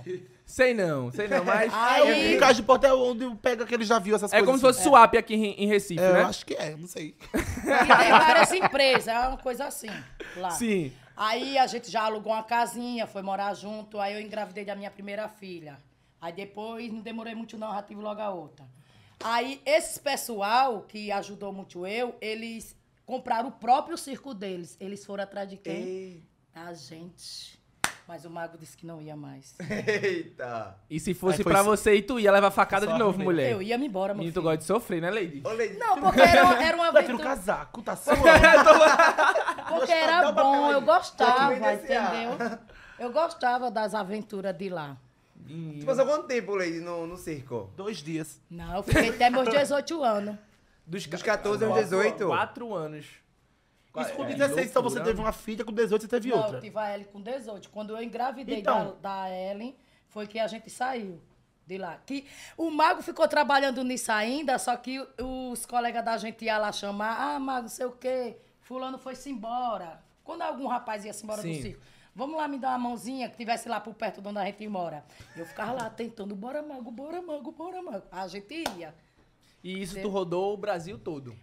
Sei não, sei não, mas.
Aí...
O Cais de Porto é onde pega aquele navio, essas
É
coisas.
como se fosse
assim.
swap aqui em em Recife,
É, eu
né?
acho que é, não sei.
Porque tem várias empresas, é uma coisa assim. Lá.
Sim.
Aí a gente já alugou uma casinha, foi morar junto, aí eu engravidei da minha primeira filha. Aí depois, não demorei muito não, já tive logo a outra. Aí esses pessoal que ajudou muito eu, eles compraram o próprio circo deles. Eles foram atrás de quem?
Ei,
A gente. Mas o mago disse que não ia mais.
Eita.
E se fosse
Aí É, foi
pra
isso.
você e tu ia levar facada
Só
de novo,
arrumei.
mulher.
Eu ia me embora, meu
Menino, tu
filho.
gosta de sofrer, né, Lady?
Ô, Lady.
Não, porque era uma, era uma
Vai tirar o
aventura.
casaco,
<laughs>
tá suando.
Porque era
papel
bom,
aí.
eu
Tá
gostava,
aqui, vem desse ar.
entendeu? Eu gostava das aventuras de lá.
Tu passou quanto tempo, Lady, no, no circo?
Dois dias.
Não, eu fiquei
<laughs>
até meus 18 anos.
Dos,
Dos 14 aos 18?
4 anos.
Isso
é?
com 16, então
né?
você
loucura.
teve uma filha, com 18 você teve
Não, eu
outra.
tive a Ellen com 18. Quando eu engravidei
Então.
da, da Ellen, foi que a gente saiu de lá. Que o Mago ficou trabalhando nisso ainda, só que os colegas da gente iam lá chamar, ah, Mago, não sei o quê, fulano foi-se embora. Quando algum rapaz ia-se embora
Sim.
do circo, vamos lá me dar uma mãozinha, que tivesse lá por perto de onde a gente mora. Eu ficava lá tentando, bora, Mago, bora, Mago, bora, Mago. A gente ia.
E isso tu rodou o Brasil todo.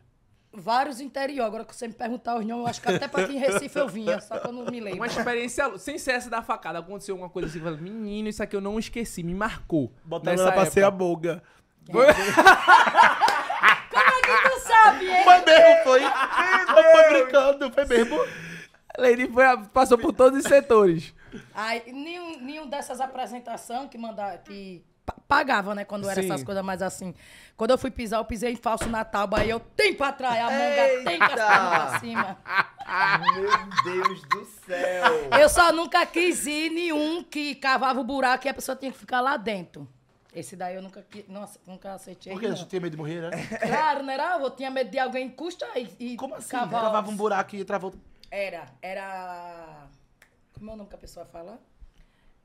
Vários interior. Agora que você me perguntar os nomes, eu acho que até pra aqui em Recife eu vinha, só que eu não me lembro.
Uma experiência, lou- sem ser essa da facada, aconteceu alguma coisa assim, falando, menino, isso aqui eu não esqueci, me marcou.
Botaram
Nessa
ela pra ser a
época.
boga.
Como é que é tu sabe, hein?
Foi mesmo,
<laughs>
foi? Foi brincando, foi mesmo.
Lady foi a- passou por todos os setores.
Aí, nenhum, nenhum dessas apresentações que mandava, que pa- pagava, né? Quando era
Sim.
essas coisas mais assim. Quando eu fui pisar, eu pisei em falso na tábua, aí eu tem pra trás a manga, tem
Eita!
pra cima, pra cima.
Meu Deus do céu.
Eu só nunca quis ir em nenhum que cavava o buraco e a pessoa tinha que ficar lá dentro. Esse daí eu nunca, qui- não ace- nunca aceitei.
Porque a
não.
gente tem medo de morrer, né?
Claro, não era? Eu tinha medo de alguém custa e, e
Como assim?
cavar.
Cavava um buraco e travou.
Era, era... Como é o nome que a pessoa fala?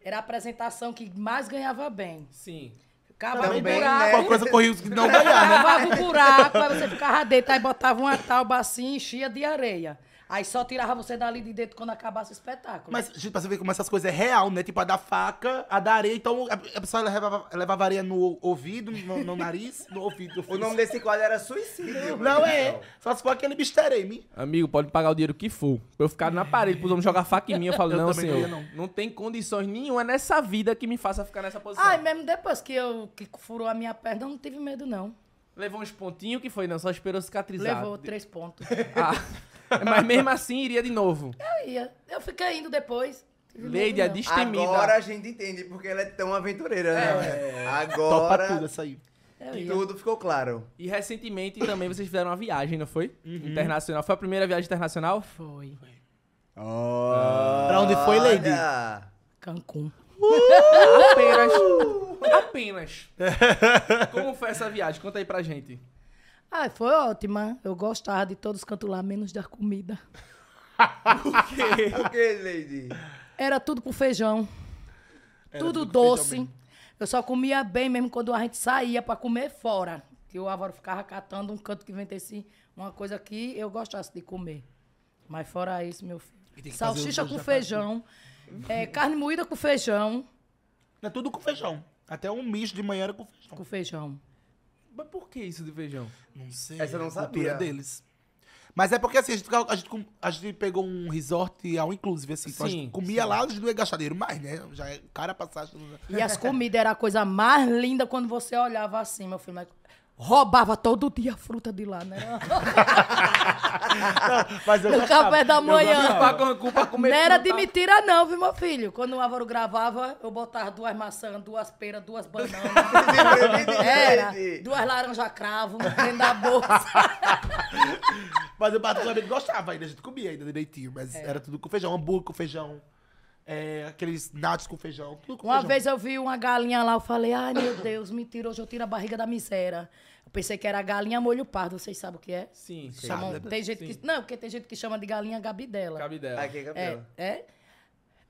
Era a apresentação que mais ganhava bem.
Sim.
Cavava
Também,
o
né?
buraco.
Qual coisa corria que não
<laughs>
ganhar, né?
Cavava o buraco, aí você ficava dentro, aí botava uma tábua assim, enchia de areia. Aí só tirava você dali de dentro quando acabasse o espetáculo.
Mas, gente, pra você ver como essas coisas é real, né? Tipo, a da faca, a da areia. Então, a a pessoa levava, levava areia no ouvido, no, no nariz, no ouvido.
<laughs> O nome desse quadro era Suicídio.
Não é. Só se for aquele bistereme.
Amigo, pode pagar o dinheiro que for. Pra eu ficar na parede, pros homens jogar faca em mim, eu falo,
<laughs> Eu
não,
também não
senhor.
ia,
Não,
não.
tem condições nenhuma nessa vida que me faça ficar nessa posição.
Ai, mesmo depois que eu que furou a minha perna, eu não tive medo, não.
Levou uns pontinhos que foi, não, só esperou cicatrizar.
Levou três pontos.
Ah, <laughs> mas mesmo assim iria de novo.
Eu ia. Eu fiquei indo depois. Tive medo,
Lady, a
não.
destemida.
Agora a gente entende porque ela é tão aventureira,
É,
né? Agora
Topa tudo assim. essa aí.
Eu ia.
tudo ficou claro.
E recentemente também vocês fizeram uma viagem, não foi? Internacional. Foi a primeira viagem internacional?
Foi.
Pra
onde foi, Lady?
Cancún.
Apenas. Apenas. Como foi essa viagem? Conta aí pra gente.
Ai, foi ótima. Eu gostava de todos os cantos lá, menos da comida.
Por que, Lady?
Era tudo com feijão. tudo, doce. eu só comia bem mesmo quando a gente saía pra comer fora. Que o Álvaro ficava catando um canto que vendesse uma coisa que eu gostasse de comer. Mas fora isso, meu
E tem
filho.
que fazer
Salsicha
os dois
com
já faz
feijão. é, carne moída com feijão.
É tudo com feijão. Até um misto de manhã era com feijão.
Com feijão.
Mas por que isso de feijão?
Não sei.
Essa eu não
a cultura
sabia.
deles. Mas é porque assim, a gente, ficava- a gente, com- a gente pegou um resort all inclusive, assim. então a gente
Sim,
comia lá, a gente não ia gastar dinheiro mais, né? Já é cara a passagem.
E as comidas era a coisa mais linda quando você olhava assim, meu filho. Mas roubava todo dia a fruta de lá, né?
<laughs> Mas
No café da manhã.
Culpa, com- culpa comer.
Não era de
fruta.
mentira, não, viu, meu filho? Quando o Álvaro gravava, eu botava duas maçãs, duas peras, duas bananas.
<laughs>
Era, duas laranjas cravo dentro da bolsa.
Mas eu particularmente gostava ainda, a gente comia ainda direitinho, mas
É.
era tudo com feijão, hambúrguer com feijão, é, aqueles nachos com feijão, tudo com
Uma
feijão.
vez eu vi uma galinha lá, eu falei, ai meu Deus, mentira, hoje eu tiro a barriga da miséria. Eu pensei que era galinha molho pardo, vocês sabem o que é?
Sim,
Chamam, tem gente que, não, porque tem gente que chama de galinha gabidela.
cabe dela.
Aqui,
É,
Gabriel.
é?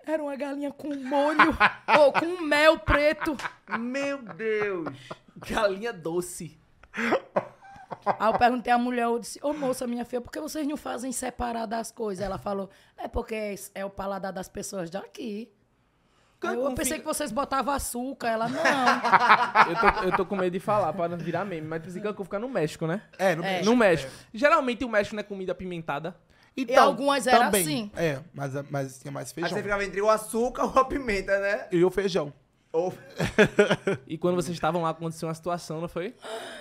Era uma galinha com molho, <laughs> ou com mel preto.
Meu Deus.
<laughs> Galinha doce.
Aí eu perguntei à mulher, eu disse, ô moça, minha filha, por que vocês não fazem separada as coisas? Ela falou, é porque é s- é o paladar das pessoas daqui. Aí Eu,
Cancún
eu pensei que
fica-
vocês botavam açúcar. Ela, não.
Eu tô, eu tô com medo de falar pra não virar meme, mas pensei que eu vou ficar no México, né?
É, no México.
No México. Geralmente o México não é comida apimentada.
Então,
algumas era
também,
assim.
É, mas, mas tinha mais
Aí
feijão.
você ficava entre o açúcar ou a pimenta, né?
E o feijão.
Ou...
E quando vocês estavam lá, aconteceu uma situação, não foi?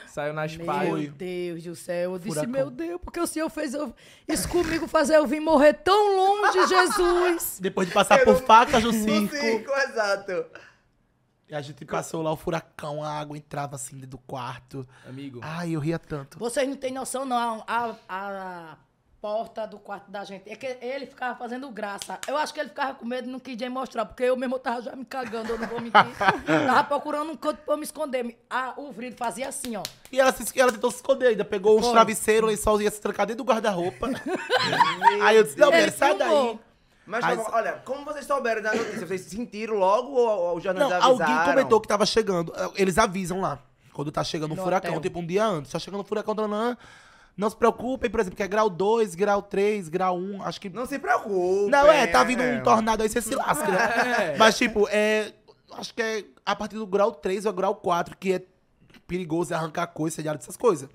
Saiu nas
Meu
páginas.
Deus do céu, eu disse,
Furacão.
meu Deus, porque o Senhor fez eu- isso comigo fazer eu vir morrer tão longe, Jesus.
Depois de passar por facas <laughs> no
No
circo.
circo, exato.
E a gente passou lá o furacão, a água entrava assim dentro do quarto.
Amigo.
Ai, eu ria tanto.
Vocês não têm noção, não. A, a- a porta do quarto da gente. É que ele ficava fazendo graça. Eu acho que ele ficava com medo e não queria me mostrar, porque eu mesmo tava já me cagando, eu não vou mentir.
<laughs>
tava procurando um canto pra eu me esconder. Ah, o Vrido fazia assim, ó.
E ela, se, ela tentou se esconder ainda. Pegou um uns
Foi.
travesseiros, lençol, ia se trancar dentro do
<laughs>
guarda-roupa. <laughs> Aí eu disse, não,
Ele
mulher, sai
filmou.
daí.
Mas,
Mas-
tava- olha, como vocês souberam da notícia? Vocês sentiram logo ou, ou os
Não,
jornais avisaram?
alguém comentou que tava chegando. É, Eles avisam lá. Quando tá chegando um
No
furacão,
hotel.
tipo um dia antes. Tá chegando um furacão, tananã. Não se preocupem, por exemplo, que é grau 2, grau 3, grau 1. Acho que. Não,
Não se né? preocupe.
é, tá vindo um tornado aí, você se lasca. né? Mas, tipo, é. Acho que é a partir do grau 3 ou grau 4, que é perigoso é arrancar coisa, seriado, essas coisas.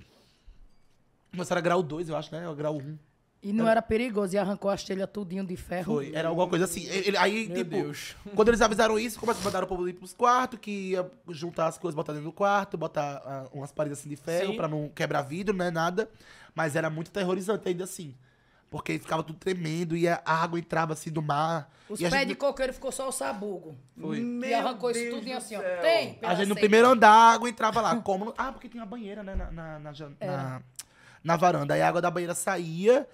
Mas era grau 2, eu acho, né? Ou grau 1.
E não era perigoso, e arrancou as telhas tudinho de ferro.
É. Foi. Era alguma coisa assim. Ele- aí,
Meu
tipo,
Deus.
quando eles avisaram isso, começaram a mandar o povo ir pros quartos, que ia juntar as coisas, botar dentro do quarto, botar ah, umas paredes assim de ferro
Sim.
pra não quebrar vidro, né? Nada. Mas era muito aterrorizante ainda assim. Porque ficava tudo tremendo e a água entrava assim do mar.
Os
e a
pés de
gente,
coqueiro ficou só o sabugo.
Foi.
e arrancou isso tudinho assim, ó. Tem?
a gente no
pedacinho.
primeiro andar, a água entrava lá. Como? no- Ah, porque tinha uma banheira, né? Na, na, na, jan-
É.
na- na varanda. Aí a água da banheira saía.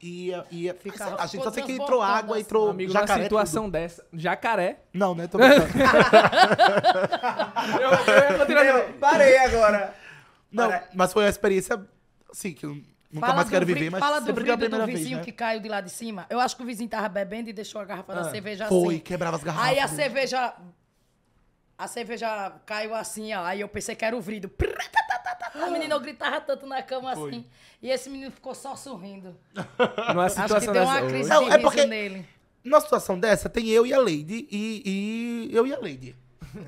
E ia, ia
Ficava-
a gente só
ficou
sei que
transbordando
entrou água,
assim.
entrou
Amigo, na
jacaré.
situação
tudo.
dessa. Jacaré.
Não, né? Tô brincando.
<laughs> Eu, eu ia continuar.
Meu, parei agora.
Não,
Para-
mas foi uma experiência, assim, que eu nunca
Fala
mais
do
quero
vi-
viver, mas
fala do
sempre que é a
vidro
primeira
do
vez,
vizinho
né?
que caiu de lá de cima. Eu acho que o vizinho tava bebendo e deixou a garrafa da cerveja
Ah, Foi,
assim.
quebrava as garrafas.
Aí a
né?
cerveja. A cerveja caiu assim, ó. Aí eu pensei que era o vrido. A menina eu gritava tanto na cama assim. E esse menino ficou só sorrindo.
Numa
Acho que
situação
deu
dessa.
uma crise
Não,
de
é
riso
porque-
nele.
Numa situação dessa, tem eu e a Lady, e, e eu e a Lady.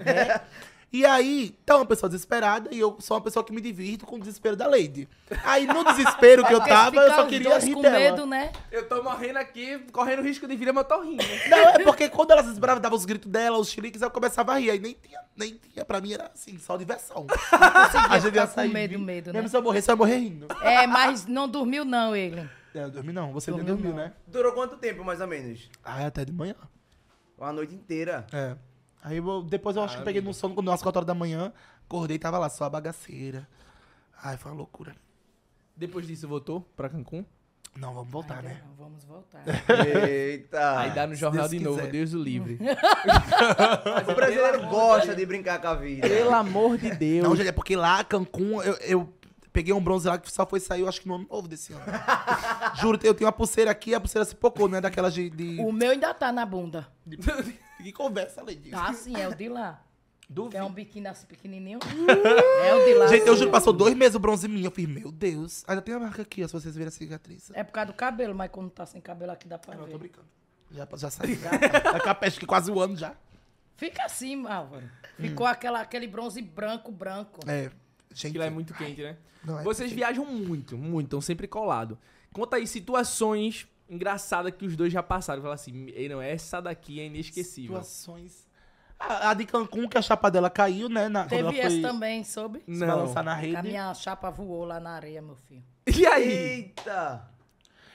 É.
né? <laughs> E aí, tá uma pessoa desesperada e eu sou uma pessoa que me divirto com o desespero da Lady. Aí, no desespero
<laughs>
que eu
Porque se
tava, eu
ficar
só
os
queria
dois
rir
com
dela.
medo, né?
Eu tô morrendo aqui, correndo risco de vida, mas eu tô rindo.
Não, é porque quando ela se desesperava, dava os gritos dela, os chiliques, eu começava a rir. Aí nem tinha, nem tinha, pra mim era assim, só
<laughs>
diversão. a gente
ficar com medo,
vi-
medo, né?
Mesmo se eu morrer, só ia morrer rindo.
É, mas não dormiu, não, ele.
É, eu dormi não, você nem
Dormiu
dormiu,
não.
né?
Durou quanto tempo, mais ou menos?
Ah, é até de manhã.
Uma noite inteira.
É. Aí eu- depois eu acho
Ah,
que peguei no sono quando às 4 horas da manhã. Acordei e tava lá, só a bagaceira. Ai, foi uma loucura.
Depois disso, voltou pra Cancún.
Não, vamos voltar, né?
Não, vamos voltar.
<laughs> Eita.
Aí dá no
se
jornal
Deus
de novo,
quiser.
Deus o livre.
O brasileiro gosta de brincar com a vida.
Pelo amor de Deus.
<laughs> Não, gente, é porque lá, Cancún, eu, eu peguei um bronze lá que só foi sair, eu acho que no ano novo desse
<laughs>
ano. Juro, eu tenho uma pulseira aqui, a pulseira se pocou, né? Daquelas de. de-
O meu ainda tá na bunda.
Que conversa, além disso.
Tá assim, é o de lá. É
Duvido.
um biquíni assim pequenininho. é o de lá.
Gente, eu
assim.
juro, passou dois meses o bronze em mim. Eu fiz, meu Deus. Ainda tem a marca aqui, ó, se vocês verem a cicatriz.
É por causa do cabelo, mas quando tá sem cabelo aqui dá pra
Não, eu
ver.
tô brincando. Já, já saí. <laughs> Tá com a peste que quase um ano já.
Fica assim, Álvaro. Ficou aquela, aquele bronze branco, branco.
Hum. É. Gente.
Que lá é muito quente, né?
Não, é
Vocês viajam muito, muito, estão sempre colado. Conta aí situações engraçadas que os dois já passaram. Fala assim, ei, não, essa daqui é inesquecível.
situações. A, a de Cancún, que a chapa dela caiu, né? Na, quando ela
Teve
foi
essa também, soube?
se
Não.
balançar na
Que
rede.
A minha chapa voou lá na areia, meu filho.
<laughs> E aí?
Eita.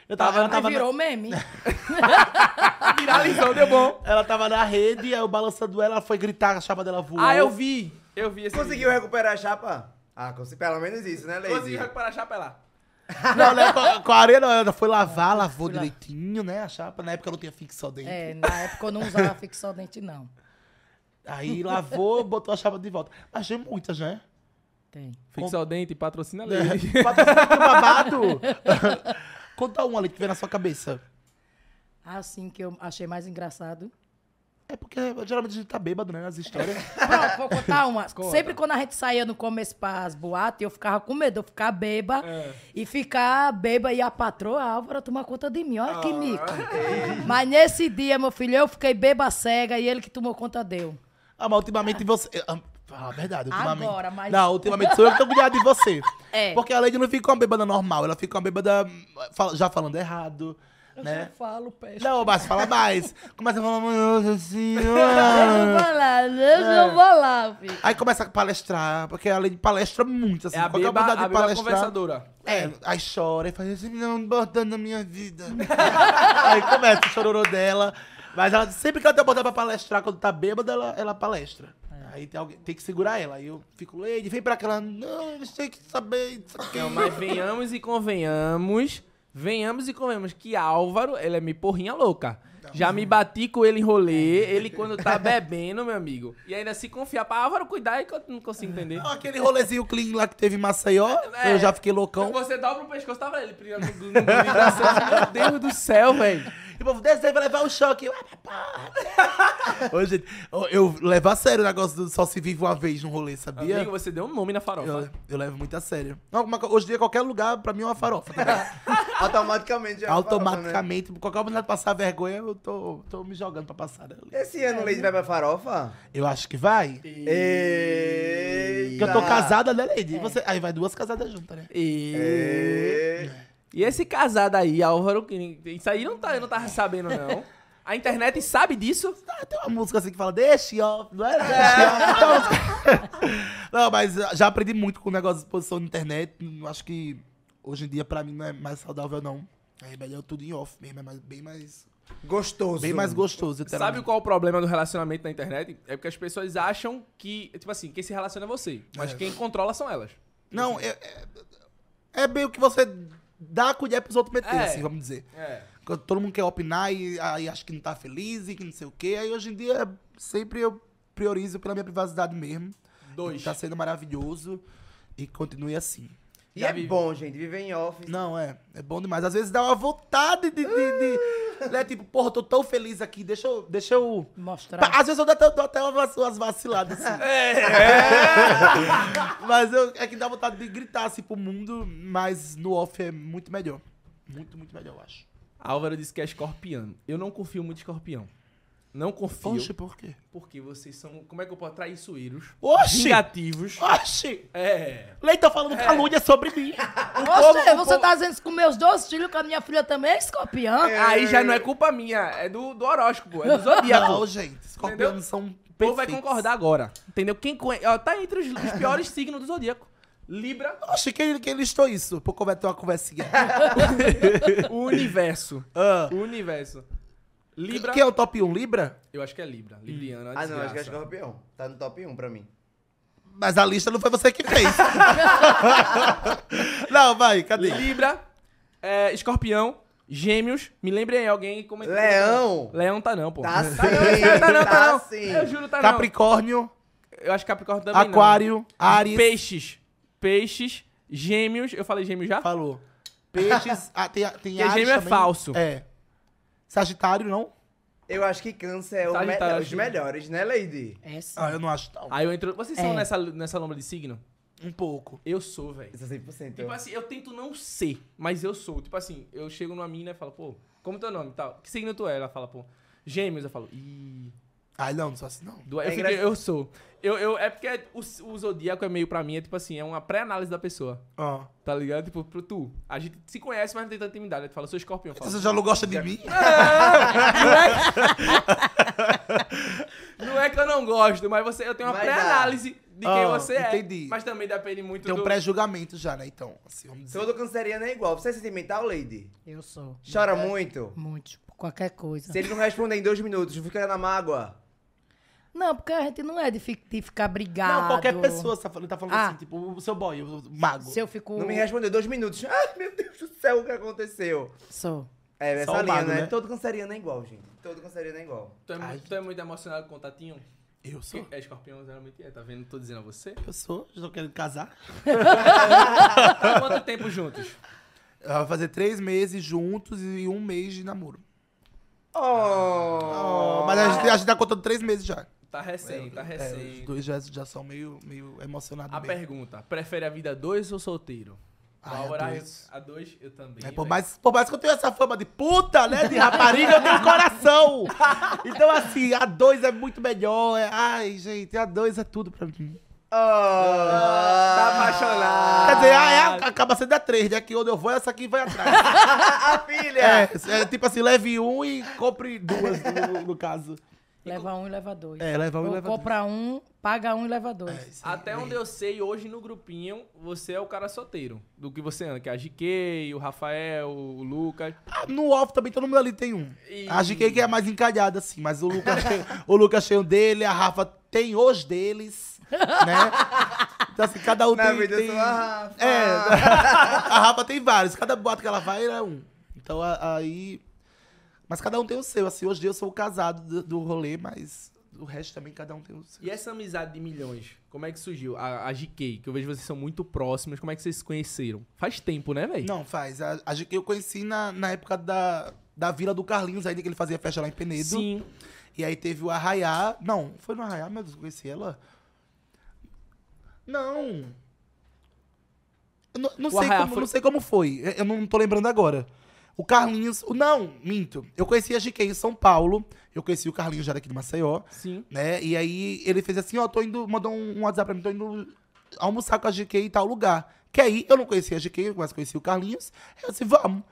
Eu tava, ela,
Mas
tava
virou
<laughs>
meme.
Viralizou, deu bom.
na, ela tava na rede, aí eu balançando ela, ela foi gritar, a chapa dela voou.
Ah, eu vi. Eu vi esse
Conseguiu recuperar a chapa? Ah, consegui, pelo menos isso, né,
vídeo. Conseguiu
Leide?
recuperar a chapa lá.
Não, né? Com, a- com a areia não, ela foi lavar, lavou direitinho, né? A chapa, na época não tinha fixo dentro.
é, na época eu não usava fixodente, não.
Aí lavou, botou a chapa de volta. Mas tem muitas, né?
Tem.
Fixa o dente e patrocina a Lady.
Patrocínio do babado. Conta uma ali que vem na sua cabeça.
Assim que eu achei mais engraçado.
É porque geralmente a gente tá bêbado, né? Nas histórias.
Pronto, vou
<laughs>
contar uma. Sempre quando a gente saía no começo pras boates, eu ficava com medo, eu ficar beba.
É.
E ficar beba e a patroa, a Álvaro, tomar conta de mim. Olha que
Ah,
mico.
é.
Mas nesse dia, meu filho, eu fiquei beba cega e ele que tomou conta deu.
Ah, mas ultimamente você. Ah, Fala a verdade, ultimamente.
Agora, mas-
Não, ultimamente sou eu que tô cuidado de você.
<laughs> É.
Porque a Lady não fica uma bêbada normal, ela fica uma bêbada hum, fala- já falando errado.
Eu
né?
já falo, peste.
Não, mas fala mais. Começa a falar, meu
<laughs> Eu não
senhor.
vou lá, eu não vou lá, filho.
Aí começa a palestrar, porque ela palestra muito, assim.
É a
qualquer
beba,
oportunidade
a
de
beba
palestrar-
conversadora.
É, aí chora e faz assim, não, bordando na minha vida. <laughs> aí começa o chororô dela. Mas ela, sempre que ela tem uma oportunidade pra palestrar, quando tá bêbada, ela, ela palestra. Aí tem, alguém, tem que segurar ela. Aí eu fico, Leide, vem pra cá. Ela, não, não sei o que saber. Isso aqui. é
Não, mas venhamos e convenhamos. Venhamos e convenhamos que Álvaro, ele é me porrinha louca. Já me bati com ele em rolê, ele quando tá bebendo, meu amigo. E ainda se confiar pra Álvaro cuidar, é que eu não consigo entender.
Ó, <laughs> Aquele rolezinho clean lá que teve em Maceió,
É.
eu já fiquei loucão.
Você dobra o pescoço, tava ele primeiro no- no- no- Meu Deus do céu, velho.
E o povo desce aí vai levar um choque. Eu, ah, porra. <laughs> Ô, gente, eu, eu levo a sério o negócio do só se vive uma vez no rolê, sabia?
Amigo, você deu um nome na
eu,
farofa.
eu levo muito a sério. Alguma co- hoje em dia, qualquer lugar, pra mim é uma farofa. Tá
Automaticamente já farofa, né?
Automaticamente, qualquer oportunidade de passar vergonha, eu tô, tô me jogando pra passar. né?
Esse ano o Lady vai pra farofa?
Eu acho que vai. Porque
Eita.
eu tô casada, né, Lady? E Você, aí vai duas casadas juntas, né?
E...
E-
e esse casado aí, Álvaro, que isso aí não tá, eu não tava sabendo, não. A internet sabe disso.
Ah, tem uma música assim que fala, deixe, ó. Não é? Deixe, ó. Então, <laughs> não, mas ah, já aprendi muito com o negócio de exposição na internet. Não Acho que hoje em dia, pra mim, não é mais saudável, não. É melhor tudo em off mesmo, é mais- bem mais,
Gostoso.
bem mais gostoso. literalmente.
Sabe qual é o problema do relacionamento na internet? É porque as pessoas acham que, tipo assim, quem se relaciona é você. Mas quem controla são elas.
Não, é, é, é bem o que você dá a colher pros outros meter,
É.
assim, vamos dizer.
É.
Quando Todo mundo quer opinar e aí acha que não tá feliz e que não sei o quê. Aí hoje em dia, sempre eu priorizo pela minha privacidade mesmo.
Dois.
Tá sendo maravilhoso e continue assim.
E
Já
é
vi.
bom, gente, viver em off.
Não, é. É bom demais. Às vezes dá uma vontade de. de, de né? Tipo, porra, eu tô tão feliz aqui, deixa eu. Deixa eu...
Mostrar.
Às vezes eu dou até, dou até umas, umas
<laughs>
vaciladas, assim.
É.
<laughs> Mas eu- é que dá vontade de gritar, assim, pro mundo, mas no off é muito melhor. Muito, muito melhor, eu acho.
Álvaro disse que é escorpiano. Eu não confio muito em escorpião. Não confio.
Oxe, por quê?
Porque vocês são, como é que eu posso, traiçoeiros.
Oxi!
Vingativos.
Oxi!
É.
Leitão tá falando calúnia sobre <laughs> mim.
Oxe, você tá dizendo isso com meus dois filhos, com a minha filha também é escorpião?
Aí já não é culpa minha, é do, do horóscopo, é do zodíaco.
Não, gente. Escorpianos são
O povo vai
perfeitos.
concordar agora, entendeu? Quem conhe- ó, tá entre os, os
<laughs>
piores signos do zodíaco. Libra,
Oxi, quem, quem listou isso? Pô, como é ter
<laughs>
uma conversinha.
o universo.
Ah,
O universo. Libra.
Quem é o top 1? Libra?
Eu acho que é Libra. Libriana.
Ah, não, acho que é escorpião. Tá no top 1 pra mim.
Mas a lista não foi você que fez. <laughs> não, vai, cadê?
Libra, é, Escorpião, Gêmeos. Me lembrei aí, alguém que comentou.
Leão.
Leão tá não, pô.
Tá
não,
<laughs>
sim,
não, tá não, tá,
tá
não.
sim.
Eu juro, tá
Capricórnio,
não. Eu acho que Capricórnio também não.
Aquário, Ares.
Peixes. Peixes, Gêmeos. Eu falei Gêmeos já?
Falou. Peixes. ah, tem a- tem
Porque
Ares
gêmeo é
também.
falso.
É. Sagitário, não?
Eu acho que câncer
Tá
é o
Sagitário,
me-
acho
os
que-
melhores, né, Lady?
É sim.
Ah, eu não acho, não.
Aí eu entro... Vocês são
É.
nessa, nessa lombra de signo?
Um pouco.
Eu sou, velho.
Isso é 100%.
Então.
Tipo assim, eu tento não ser, mas eu sou. Tipo assim, eu chego numa mina e falo, pô, como é teu nome e tal? Que signo tu é? Ela fala, pô, gêmeos. Eu falo, ih...
Ah, não, não sou assim, não.
Do,
É
eu, fico-
engraçado.
eu sou. Eu, eu, é porque o, o zodíaco é meio pra mim, é tipo assim, é uma pré-análise da pessoa.
Ah.
Tá ligado? Tipo, pro tu. A gente se conhece, mas não tem tanta intimidade. Aí Tu fala, sou escorpião. eu
<laughs> Você
Falo,
já não gosta de mim?
não é que eu não gosto, mas você, eu tenho uma
Mas
pré-análise de quem
Ah,
você
entendi.
é. Mas também depende muito
Tem um
do...
pré-julgamento já, né? Então, assim, vamos dizer.
Todo canceriano é igual. Você é sentimental, Lady?
Eu sou.
Chora muito?
Muito, por qualquer coisa.
Se ele não responder em dois minutos, fica na mágoa.
Não, porque a gente não é de, fi- de ficar brigado.
Não, qualquer pessoa tá falando, tá falando
Ah.
assim, tipo, o seu boy, o o mago.
Se eu fico. um,
Não me respondeu dois minutos. <laughs> Ah, meu Deus do céu, o que aconteceu?
Sou.
É, essa
Só o
linha,
mago,
né?
né?
Todo canceriano é igual, gente. Todo canceriano é igual.
Tu é, muito- tu é muito emocionado com contatinho?
Eu sou.
É escorpião, geralmente é. Tá vendo? Tô dizendo a
<laughs>
você.
Eu sou, já tô querendo casar.
Há quanto tempo juntos?
Ah, Vai fazer três meses juntos e um mês de namoro. Ah.
Oh!
Mas a gente, a gente tá contando três meses já.
Tá recém, tá
É, os
recém.
dois já, já são meio, meio emocionados
A
mesmo.
pergunta, prefere a vida dois ou solteiro?
Ai, a
Álvaro,
dois.
A dois, eu também.
É, por,
velho.
mais, por mais que eu tenha essa fama de puta, né? De rapariga, eu tenho <laughs> coração. Então, assim, a dois é muito melhor. é- ai, gente, a dois é tudo pra mim.
Tá
Tá apaixonado.
Quer Quer dizer, ah, é a, a cabaceta da três, né? Que onde eu vou, essa aqui vai <laughs> atrás.
<laughs> A filha!
é, é tipo assim, leve um e compre duas, no, no caso.
Leva um e leva dois.
É, leva um e
Ou
leva É
compra um, paga um e leva dois.
Até onde eu sei, hoje no grupinho, você é o cara solteiro. Do que você anda, que é a GK, o Rafael, o Lucas.
Ah, No off também todo mundo ali tem um.
E-
A GK que é mais encalhada, assim, mas o Lucas, tem- o Lucas tem o dele, a Rafa tem os deles, né? <laughs> Então, assim, cada um
Na
tem.
vida eu
tem...
sou a Rafa.
É, a Rafa tem vários. Cada boato que ela vai é um. Então a- aí. Mas cada um tem o seu. Assim, hoje em dia eu sou o casado do, do rolê, mas o resto também cada um tem o seu.
E essa amizade de milhões, como é que surgiu? A, a GK, que eu vejo que vocês são muito próximos, como é que vocês se conheceram? Faz tempo, né, velho?
Não, faz. A, a GK eu conheci na, na época da, da Vila do Carlinhos, ainda que ele fazia festa lá em Penedo.
Sim.
E aí teve o Arraiá. Não, foi no Arraiá, meu Deus, eu conheci ela? Não. Eu não, não
O
sei
Arraiá
como,
foi-
não sei como foi. Eu- Eu não tô lembrando agora. O Carlinhos. o- Não, minto. Eu conheci a GK em São Paulo. Eu conheci o Carlinhos já daqui de Maceió.
Sim.
Né? E aí ele fez assim, ó, tô indo. Mandou um um WhatsApp pra mim, tô indo almoçar com a GK em tal lugar. Que aí eu não conhecia a GK, mas conhecia o Carlinhos. Eu disse, vamos.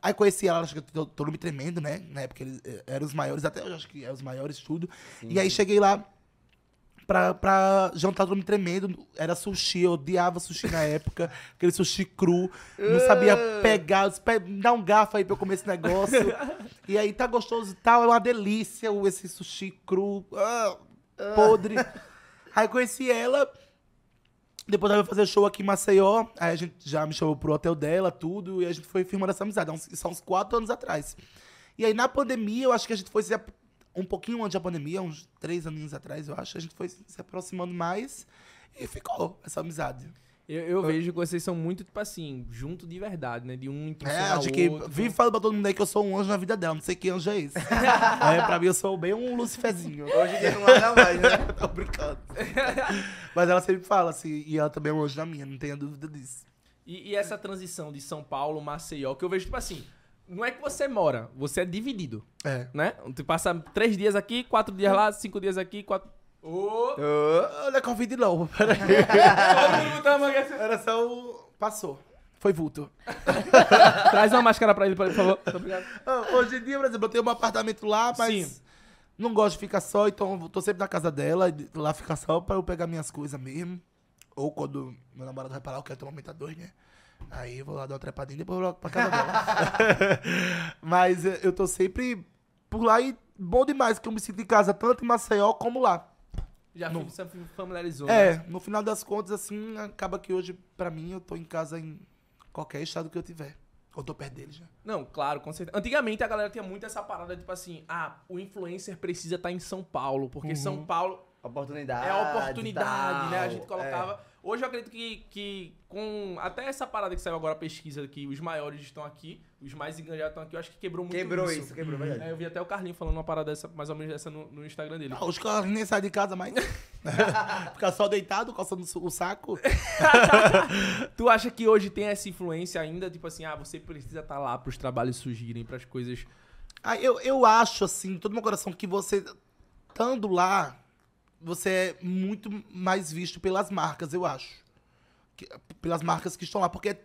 Aí conheci ela, acho que todo, todo me tremendo, né? Na época eles eh, eram os maiores, até hoje acho que eram os maiores, tudo. E aí cheguei lá pra, pra jantar todo me tremendo. Era sushi, eu odiava sushi na época. <laughs> Aquele sushi cru. Não sabia pegar. eu disse, "Pe- Dá um garfo aí pra eu comer esse negócio. e aí tá gostoso e tal. É uma delícia o- esse sushi cru. ah, podre. aí conheci ela. Depois ela veio fazer show aqui em Maceió, aí a gente já me chamou pro hotel dela, tudo, e a gente foi firmando essa amizade, há uns, isso há uns quatro anos atrás. E aí na pandemia, eu acho que a gente foi se, ap- um pouquinho antes da pandemia, uns três aninhos atrás, eu acho, a gente foi se aproximando mais e ficou essa amizade.
Eu, eu vejo que vocês são muito, tipo assim, junto de verdade, né? De um
É,
impulsionar
acho
o
que
outro.
vive falando pra todo mundo aí que eu sou um anjo na vida dela, não sei que anjo é <laughs> esse. é, pra mim eu sou bem um Luciferzinho.
Hoje em dia não larga mais, né?
Tô brincando. Mas ela sempre fala assim, e ela também é um anjo na minha, não tenha dúvida disso.
E, e essa transição de São Paulo, Maceió, que eu vejo, tipo assim, não é que você mora, você é dividido,
É.
né? Tu passa três dias aqui, quatro dias lá, cinco dias aqui, quatro. Ô!
Ô,
Olha, é Covid não, peraí.
todo mundo tá amanhecendo.
Era só o. Passou. Foi vulto.
Traz uma máscara pra ele, por favor. Muito obrigado.
Ah, Hoje em dia, por exemplo, eu tenho um apartamento lá, mas
Sim.
não gosto de ficar só, então eu tô sempre na casa dela, e lá ficar só pra eu pegar minhas coisas mesmo. Ou quando meu namorado vai pra lá, eu quero ter um momento a dois, né? Aí eu vou lá dar uma trepadinha e depois eu vou pra casa dela. <laughs> mas eh, eu tô sempre por lá e bom demais que eu me sinto em casa, tanto em Maceió como lá.
Já fi- você familiarizou. né?
É, no final das contas, assim, acaba que hoje, pra mim, eu tô em casa em qualquer estado que eu tiver. Ou tô perto né? dele já.
Não, claro, com certeza. Antigamente a galera tinha muito essa parada, tipo assim, ah, o influencer precisa estar em São Paulo, porque São Paulo
Oportunidade.
é a oportunidade, né? A
tal. É.
gente colocava. Hoje eu acredito que, que com até essa parada que saiu agora a pesquisa que os maiores estão aqui, os mais engajados estão aqui, eu acho que quebrou
É.
muito
Quebrou
isso.
isso, quebrou, verdade.
É, eu vi até o Carlinho falando uma parada dessa, mais ou menos dessa no, no Instagram dele.
Não, <laughs> os caras nem saem de casa mais. <laughs> Fica só deitado, coçando o saco.
Tu acha que hoje tem essa influência ainda, tipo assim, ah, você precisa estar lá pros trabalhos surgirem, pras coisas.
Ah, eu, eu acho, assim, todo meu coração, que você, estando lá, você é muito mais visto pelas marcas, eu acho. Que- pelas marcas que estão lá, porque,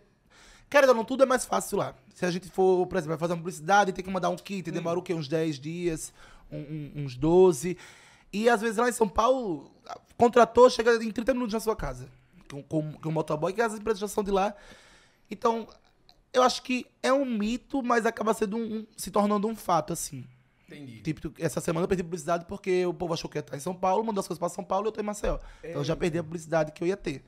cara, não, tudo é mais fácil lá. Se a gente for, por exemplo, vai fazer uma publicidade, tem que mandar um kit, demora o quê? Uns 10 dias, um- um- uns 12. E às vezes lá em São Paulo, a- contratou, chega em 30 minutos na sua casa, com, com, com o motoboy, que as empresas já são de lá. Então, eu acho que é um mito, mas acaba sendo um- um- se tornando um fato, assim.
Entendi.
Tipo, essa semana eu perdi publicidade porque o povo achou que eu ia estar em São Paulo, mandou as coisas pra São Paulo e eu tô em Maceió. Então eu já perdi a publicidade que eu ia ter.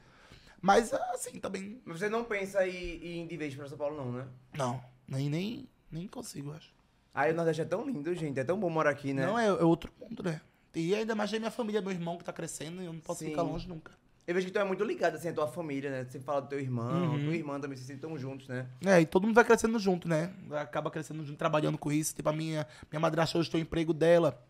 Mas assim, também.
Mas você não pensa em, em ir de vez pra São Paulo, não, né?
Não. Nem, nem, nem consigo, eu acho.
Aí o Nordeste é tão lindo, gente. É tão bom morar aqui, né?
Não, é, é outro mundo, né? E ainda mais tem minha família, meu irmão que tá crescendo e eu não posso
Sim.
ficar longe nunca.
Eu vejo que tu é muito ligado, assim, à tua família, né? Tu sempre fala do teu irmão,
Uhum.
tua irmã também, vocês sempre estão juntos, né?
É, e todo mundo vai crescendo junto, né? Acaba crescendo junto, trabalhando com isso. Tipo, a minha, minha madrasta hoje tem o emprego dela.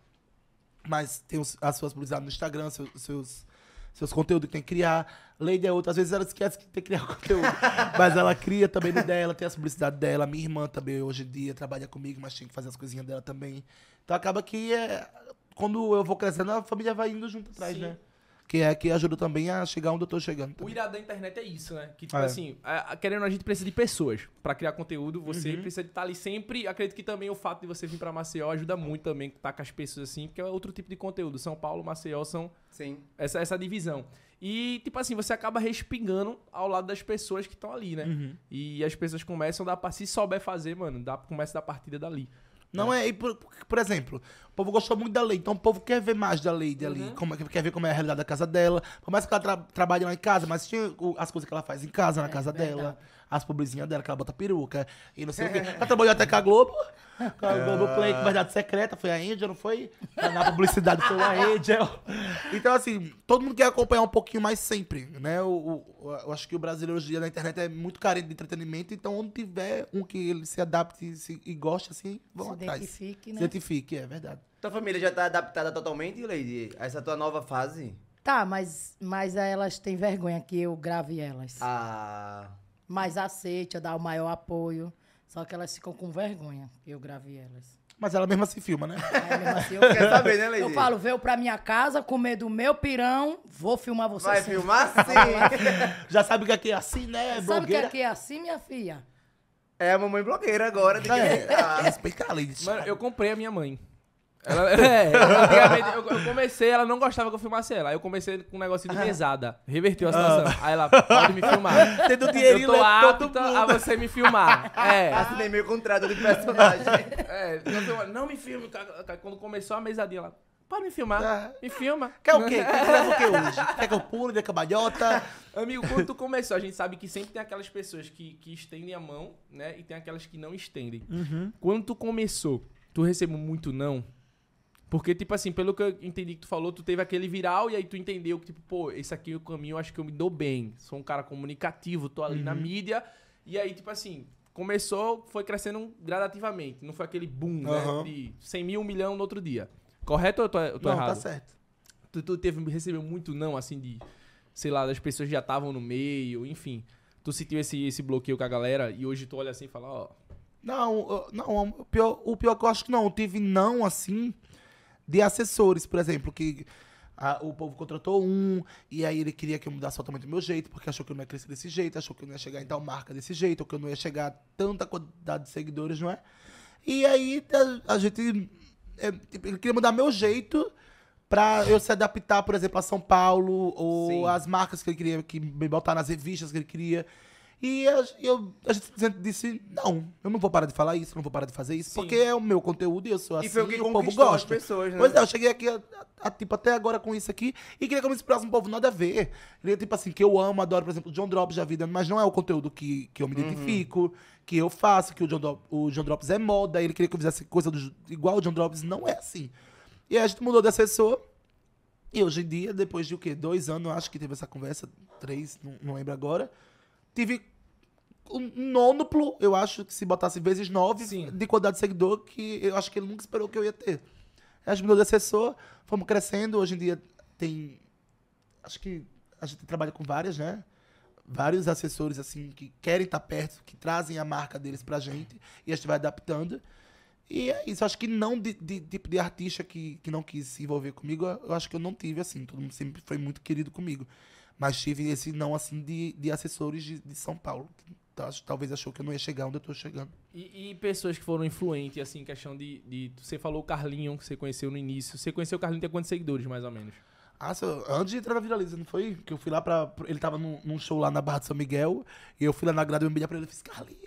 Mas tem os- as suas publicidades no Instagram, seus, seus, seus conteúdos que tem que criar. Lady é outra. Às vezes ela esquece que tem que criar <laughs> conteúdo. mas ela cria também no dela, tem as publicidades dela. Minha irmã também, hoje em dia, trabalha comigo, mas tinha que fazer as coisinhas dela também. Então acaba que é, quando eu vou crescendo, a família vai indo junto atrás,
Sim.
né? que é que ajuda também a chegar onde eu tô chegando.
O
também.
irado da internet é isso, né? Que, tipo
É.
assim, a- a- querendo, a gente precisa de pessoas pra criar conteúdo. Você
Uhum.
precisa de estar ali sempre. Acredito que também o fato de você vir pra Maceió ajuda muito também, tá com as pessoas assim, porque é outro tipo de conteúdo. São Paulo, Maceió são
Sim.
essa, essa divisão. E, tipo assim, você acaba respingando ao lado das pessoas que estão ali, né?
Uhum.
E as pessoas começam a dar partida. Se souber fazer, mano, dá, começa a dar partida dali.
Não é, e por, por exemplo, o povo gostou muito da lei, então o povo quer ver mais da lei ali, como, é que- quer ver como é a realidade da casa dela. Por mais que ela tra- trabalhe lá em casa, mas tinha o- as coisas que ela faz em casa, na casa dela, as pobrezinhas dela, que ela bota peruca e não sei o quê. Ela trabalhou até com a Globo, com a Globo Play, com Verdade Secreta, foi a Angel, não foi? Na publicidade foi a Angel. Então, assim, todo mundo quer acompanhar um pouquinho mais sempre, né? O- o- eu acho que o brasileiro hoje em dia na internet é muito carente de entretenimento, então onde tiver um que ele se adapte e, se- e goste, assim, vão
Se
atrás.
identifique, né?
Se identifique, é verdade.
Tua família já tá adaptada totalmente, Lady? A essa tua nova fase?
Tá, mas, mas elas têm vergonha que eu grave elas.
Ah.
Mas aceita, dá o maior apoio. Só que elas ficam com vergonha que eu grave elas.
Mas ela mesma se filma, né? <laughs>
Aí, mesmo assim, eu,
<laughs> Quer saber, né, Lady?
eu falo, veio pra minha casa comer do meu pirão, vou filmar você.
Vai
sim.
filmar sim.
Já sabe que aqui é assim, né? É
Sabe o que
blogueira.
é que é assim, minha filha?
é a mamãe blogueira agora. Tem que
É,
aceitar.
respeita a lei.
Mano, eu comprei a minha
<laughs>
mãe. Ela, <laughs> é, antigamente eu, eu comecei, ela não gostava que eu filmasse ela. Aí eu comecei com um negocinho de mesada. Reverteu a situação. Aí ela, pode me filmar.
Ah. <laughs> Tendo
Eu
dinheirinho,
tô
leva todo
apta
mundo.
a você me
<laughs>
filmar. É.
Ah, Assinei meu contrato de personagem.
é não, tem uma- não me filme. ca- ca- Quando começou a mesadinha, ela, pode me filmar.
Ah.
Me filma.
Quer o
<laughs>
quê? Quer que leva o quê hoje? Quer que eu pule, dê cabalhota?
Amigo, quando tu começou, a gente sabe que sempre tem aquelas pessoas que, que estendem a mão, né? E tem aquelas que não estendem.
Uhum.
Quando tu começou, tu recebeu muito não? Porque, tipo assim, pelo que eu entendi que tu falou, tu teve aquele viral e aí tu entendeu que, tipo, pô, esse aqui é o caminho, eu acho que eu me dou bem. Sou um cara comunicativo, tô ali
Uhum.
na mídia. E aí, tipo assim, começou, foi crescendo gradativamente. Não foi aquele boom, né?
Aham.
De 100 mil, um milhão no outro dia. Correto ou eu tô, eu tô
Não,
errado?
tá certo.
Tu, tu teve, recebeu muito não, assim, de, sei lá, das pessoas que já estavam no meio, enfim. Tu sentiu esse, esse bloqueio com a galera e hoje tu olha assim e fala, ó.
Não, eu- não, o pior, o pior que eu acho que não, eu tive não assim de assessores, por exemplo, que a- o povo contratou um e aí ele queria que eu mudasse totalmente o meu jeito, porque achou que eu não ia crescer desse jeito, achou que eu não ia chegar em tal marca desse jeito, ou que eu não ia chegar a tanta quantidade de seguidores, não é? E aí a, a gente é, tipo, ele queria mudar meu jeito pra eu se adaptar, por exemplo, a São Paulo ou
Sim.
às marcas que ele queria que me botar nas revistas que ele queria. E a, eu, a gente sempre disse, não, eu não vou parar de falar isso, não vou parar de fazer isso,
Sim.
porque é o meu conteúdo e eu sou assim,
E foi o que
povo
conquistou as
gosta.
pessoas, né?
Pois é, eu cheguei aqui, a- a- a- tipo, até agora com isso aqui, e queria que eu me inspirasse um povo nada a ver. Ele, tipo assim, que eu amo, adoro, por exemplo, o John Drops da vida, mas não é o conteúdo que, que eu
Uhum.
me identifico, que eu faço, que o John, Drop- o John Drops é moda, ele queria que eu fizesse coisa do- igual o John Drops, não é assim. E aí a gente mudou de assessor, e hoje em dia, depois de o quê? Dois anos, eu acho que teve essa conversa, três, não, não lembro agora, tive um nonuplo, eu acho que se botasse vezes nove
Sim.
de quantidade de seguidor que eu acho que ele nunca esperou que eu ia ter. A gente mudou de assessor, fomos crescendo, hoje em dia tem. Acho que a gente trabalha com várias, né? Vários assessores, assim, que querem estar perto, que trazem a marca deles pra gente, e a gente vai adaptando. E é isso, acho que não de, de- tipo de artista que, que não quis se envolver comigo, eu acho que eu não tive, assim, todo mundo sempre foi muito querido comigo. Mas tive esse não, assim, de, de assessores de, de São Paulo, que tal- talvez achou que eu não ia chegar onde eu tô chegando.
E, e pessoas que foram influentes, assim, em questão de, de. Você falou o Carlinho, que você conheceu no início. Você conheceu o Carlinho tem quantos seguidores, mais ou menos?
Ah, seu- antes de entrar na Viraliza, não foi? Que eu fui lá pra. Ele tava num, num show lá na Barra de São Miguel, e eu fui lá na grade do MBA pra ele e fiz, Carlinhos.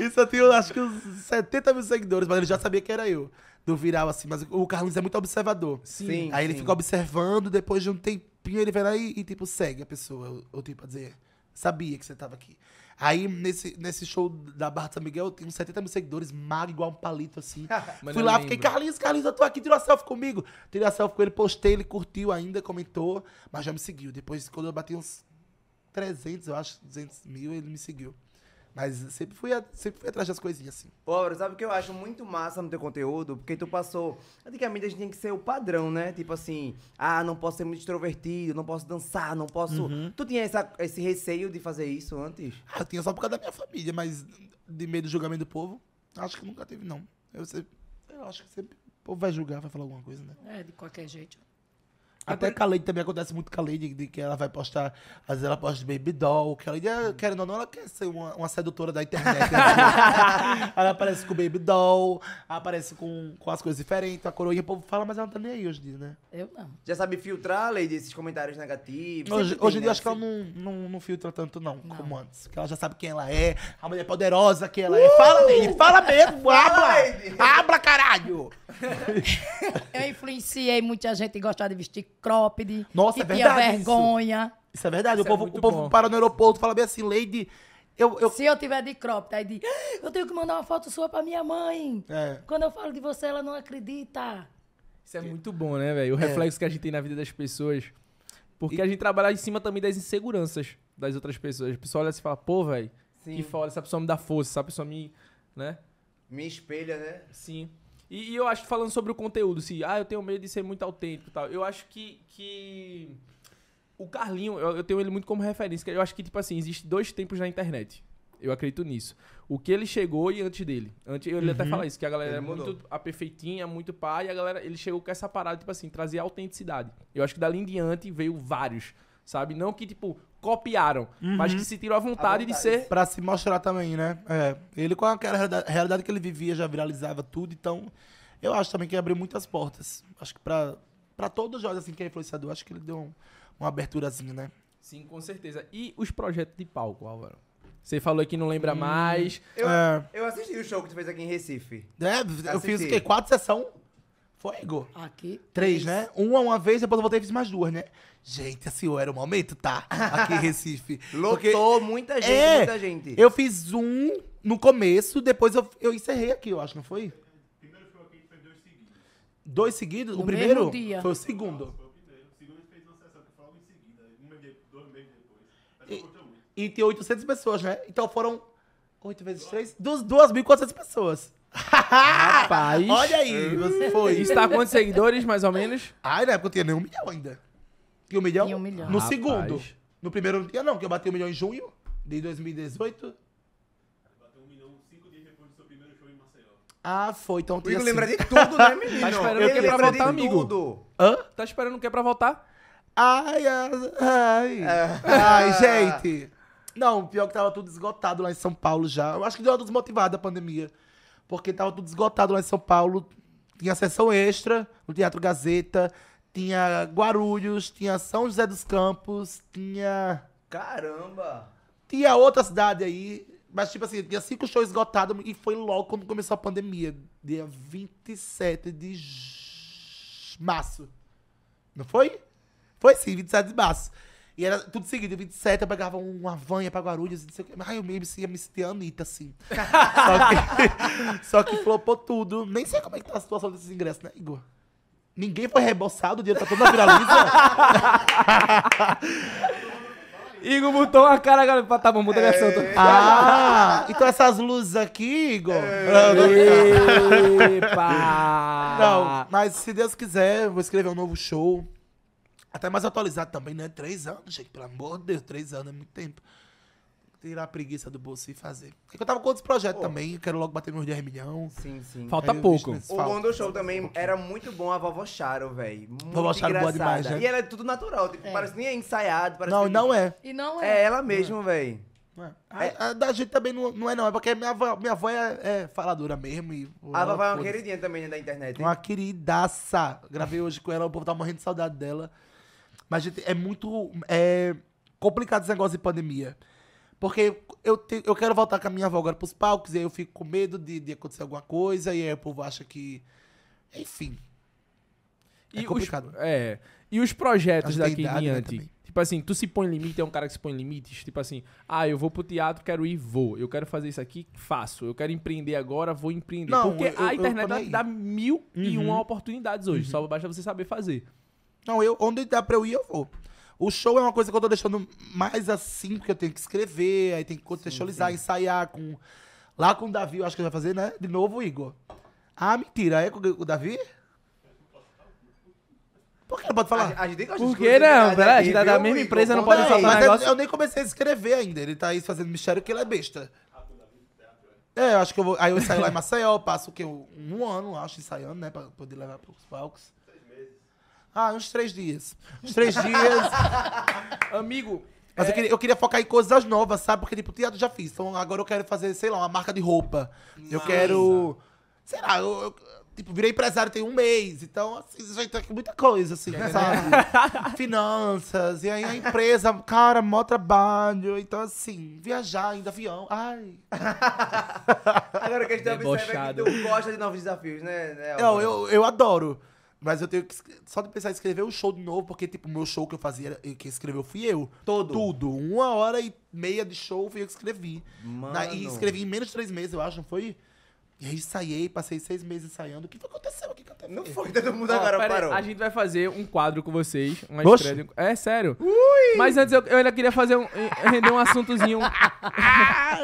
Isso eu tenho, acho que uns 70 mil seguidores, mas ele já sabia que era eu, do viral assim. Mas o Carlinhos é muito observador.
Sim,
Aí ele
sim.
fica observando, depois de um tempinho ele vai lá e, e, tipo, segue a pessoa. Ou, ou, tipo, a dizer, sabia que você tava aqui. Aí, nesse, nesse show da Barra de São Miguel, eu tinha uns 70 mil seguidores, magro igual um palito, assim.
<laughs> Mas
Fui
eu
lá,
lembro.
fiquei, Carlinhos, Carlinhos, eu tô aqui, tirou a selfie comigo. Tirei a selfie com ele, postei, ele curtiu ainda, comentou, mas já me seguiu. Depois, quando eu bati uns 300, eu acho, 200 mil, ele me seguiu. Mas sempre fui, a- sempre fui atrás das coisinhas, assim.
Ô, Álvaro, sabe o que eu acho muito massa no teu conteúdo? Porque tu passou. Antigamente a gente tinha que ser o padrão, né? Tipo assim, ah, não posso ser muito extrovertido, não posso dançar, não posso.
Uhum.
Tu tinha essa- esse receio de fazer isso antes?
Ah, eu tinha só por causa da minha família, mas de medo do julgamento do povo, acho que nunca teve, não. Eu, sempre, eu acho que sempre o povo vai julgar, vai falar alguma coisa, né?
É, de qualquer jeito.
Até com a Lady também acontece muito com a Lady, de que ela vai postar, às vezes ela posta de Baby Doll, que a Lady, é, querendo ou não, ela quer ser uma, uma sedutora da internet. né? ela aparece com Baby Doll, aparece com, com as coisas diferentes, a coroinha, o povo fala, mas ela não tá nem aí hoje em dia, né?
Eu não.
Já sabe filtrar, Lady, esses comentários negativos?
Hoje,
Sempre tem,
hoje em dia,
né?
acho que ela não, não, não filtra tanto, não, como antes. Porque ela já sabe quem ela é, a mulher poderosa que ela é. Fala, Lady, fala mesmo, habla! Habla, caralho!
Eu influenciei muita gente em gostar de vestir cropped.
Nossa,
que
é
tinha
verdade
vergonha.
Isso é verdade,
Isso
o
é
povo,
muito
o povo
bom.
para no aeroporto e fala bem assim, Lady, eu... eu...
Se eu tiver de cropped, aí diz, "Ah, eu tenho que mandar uma foto sua pra minha mãe.
É.
Quando eu falo de você, ela não acredita.
Isso é muito bom, né, velho? O reflexo que a gente tem na vida das pessoas. Porque a gente trabalha em cima também das inseguranças das outras pessoas. A pessoa olha assim e fala, pô, velho, que foda, essa pessoa me dá força, essa pessoa me. né?
Me espelha, né?
Sim. E, e eu acho que falando sobre o conteúdo, se, ah, eu tenho medo de ser muito autêntico e tal. Eu acho que. que... O Carlinho, eu, eu tenho ele muito como referência. que Eu acho que, tipo assim, existe dois tempos na internet. Eu acredito nisso. O que ele chegou e antes dele. Antes, ele até fala isso, que a galera
Uhum. Ele
é
mudou.
muito a perfeitinha, muito pá, e a galera, ele chegou com essa parada, tipo assim, trazer autenticidade. Eu acho que dali em diante veio vários, sabe? Não que, tipo, copiaram, mas
Uhum.
que se tirou a vontade, de
vontade.
ser.
Pra se mostrar também, né? É. Ele com aquela realida- realidade que ele vivia, já viralizava tudo, então eu acho também que abriu muitas portas. Acho que pra, pra todos nós, assim, que é influenciador, acho que ele deu um- uma aberturazinha, né?
Sim, com certeza. E os projetos de palco, Álvaro? Você falou que não lembra mais.
Eu,
É.
eu assisti o show que tu fez aqui em Recife.
É, eu fiz o quê? Quatro sessões? Foi, Igor?
Aqui.
Três, né? Uma uma vez, depois eu voltei e fiz mais duas, né? Gente, assim, era o momento, tá? Aqui em Recife. Porque-
Lotou muita gente,
É,
muita gente.
Eu fiz um no começo, depois eu, eu encerrei aqui, eu acho, não foi? Dois seguidos?
No
o primeiro
mesmo dia.
foi o segundo. Um E, e tem 800 pessoas, né? Então foram 8 vezes 3, 2.400 pessoas.
Rapaz.
Olha aí, você foi.
Isso tá com quantos seguidores, mais ou menos?
Ai, na época eu tinha nem um milhão ainda. Tinha um milhão?
Tinha um milhão.
No
Rapaz.
segundo. No primeiro eu não tinha, não, porque eu bati um milhão em junho de 2018. Ah, foi, então
O
tinha.
Igor lembra
cinco.
de tudo, né, menino?
Tá esperando
Ele
o quê pra
lembra de
voltar, amigo?
tudo.
Hã?
Tá esperando o que pra voltar?
Ai, ai, ai. <laughs> Ai, gente. É. Não, pior é que tava tudo esgotado lá em São Paulo já. Eu acho que deu uma desmotivada a pandemia. Porque tava tudo esgotado lá em São Paulo. Tinha sessão extra no Teatro Gazeta. Tinha Guarulhos, tinha São José dos Campos, tinha.
Caramba.
Tinha outra cidade aí, mas tipo assim, tinha cinco shows esgotados e foi logo quando começou a pandemia. Dia 27 de j- março. Não foi? Foi sim, 27 de março. E era tudo seguido, 27 eu pegava uma vanha pra Guarulhos e não sei o que. Ai, eu mesmo ia me sentir a Anitta, assim. só, que, <laughs> só que flopou tudo. Nem sei como é que tá a situação desses ingressos, né, Igor? Ninguém foi reembolsado, o dinheiro tá todo na viraliza.
Igor botou uma cara, galera. Tá bom, muda a versão. Tô...
ah, então essas luzes aqui, Igor...
Epa!
Não, mas se Deus quiser, eu vou escrever um novo show. Até mais atualizado também, né? Três anos, gente. Pelo amor de Deus, três anos é muito tempo. Tirar a preguiça do bolso e fazer. É que eu tava com outros projetos também. Eu quero logo bater meus 10 milhões.
Sim, sim.
Falta
Aí eu
pouco.
deixo nesse
O
falta.
bom do show também era muito bom a vovó Charo, velho. Muito
Vovó Charo boa
engraçada.
demais, né?
E ela é tudo natural, tipo, parece nem é ensaiado. Parece
Não,
que-
não é.
E não é.
É ela mesmo, velho.
Não é. A, a da gente também não, não é, não. É porque minha avó, minha avó é, é faladora mesmo. E,
A vovó é uma
Foda-se.
queridinha também né, da internet.
Uma queridaça. Gravei hoje com ela, o povo tá morrendo de saudade dela. Mas, gente, é muito é, complicado esse negócio de pandemia. Porque eu, te- eu quero voltar com a minha avó agora pros palcos, e aí eu fico com medo de, de acontecer alguma coisa, e aí o povo acha que. Enfim. É complicado.
Os, é. E os projetos
Acho que
daqui
tem
em
idade, né,
diante?
também.
tipo assim, tu se põe limite, é um cara que se põe limites? Tipo assim, ah, eu vou pro teatro, quero ir, vou. Eu quero fazer isso aqui, faço. Eu quero empreender agora, vou empreender.
Não,
Porque
eu- eu-
a
eu Uhum.
internet
tô nem
dá mil e uma oportunidades hoje. Só basta você saber fazer.
Não, eu, onde dá pra eu ir, eu vou. O show é uma coisa que eu tô deixando mais assim, porque eu tenho que escrever, aí tem que contextualizar, ensaiar com. Lá com o Davi, eu acho que vai fazer, né? De novo, Igor. Ah, mentira, é com o Davi? Por que não pode falar?
A, a gente gosta de
Por que
exclusividade
não? Pera, a
aqui,
gente tá da
viu,
mesma
Igor?
empresa, não
Conta
pode
Não,
aí.
soltar
mas
um
eu-
negócio.
eu, nem comecei a escrever ainda. Ele tá aí fazendo mistério que ele é besta. É, eu acho que eu vou. Aí eu saio lá em Maceió, passo o quê? Um, um ano, acho, ensaiando, né? Pra poder levar pros palcos. Ah, uns três dias. Uns três dias.
Amigo,
Mas eu, queria, eu queria focar em coisas novas, sabe? Porque, tipo, teatro eu já fiz. Então agora eu quero fazer, sei lá, uma marca de roupa. Eu quero. Sei lá, eu. eu, Tipo, virei empresário tem um mês, então, assim, já tem muita coisa, assim, sabe? Finanças, e aí a empresa, cara, mó trabalho, então, assim, viajar ainda, avião, ai.
Agora que a gente observa é que
Debochado.
tu gosta de novos desafios, né? né
Não,
Álvaro?
eu, eu adoro. Mas eu tenho que. escre- Só de pensar em escrever um show de novo, porque, tipo, o meu show que eu fazia, era- que escreveu fui eu.
Todo?
Tudo. Uma hora e meia de show fui eu que escrevi.
Mano.
Na- e escrevi em menos de três meses, eu acho, não foi? E aí ensaiei, passei seis meses ensaiando. O que foi que aconteceu aqui que eu até
Não
fiquei?
foi, todo mundo
Ó,
agora
pera aí,
parou.
a gente vai fazer um quadro com vocês. Uma
Oxe.
estreia de- É sério. Mas antes eu, eu ainda queria fazer um, eh, render um assuntozinho. a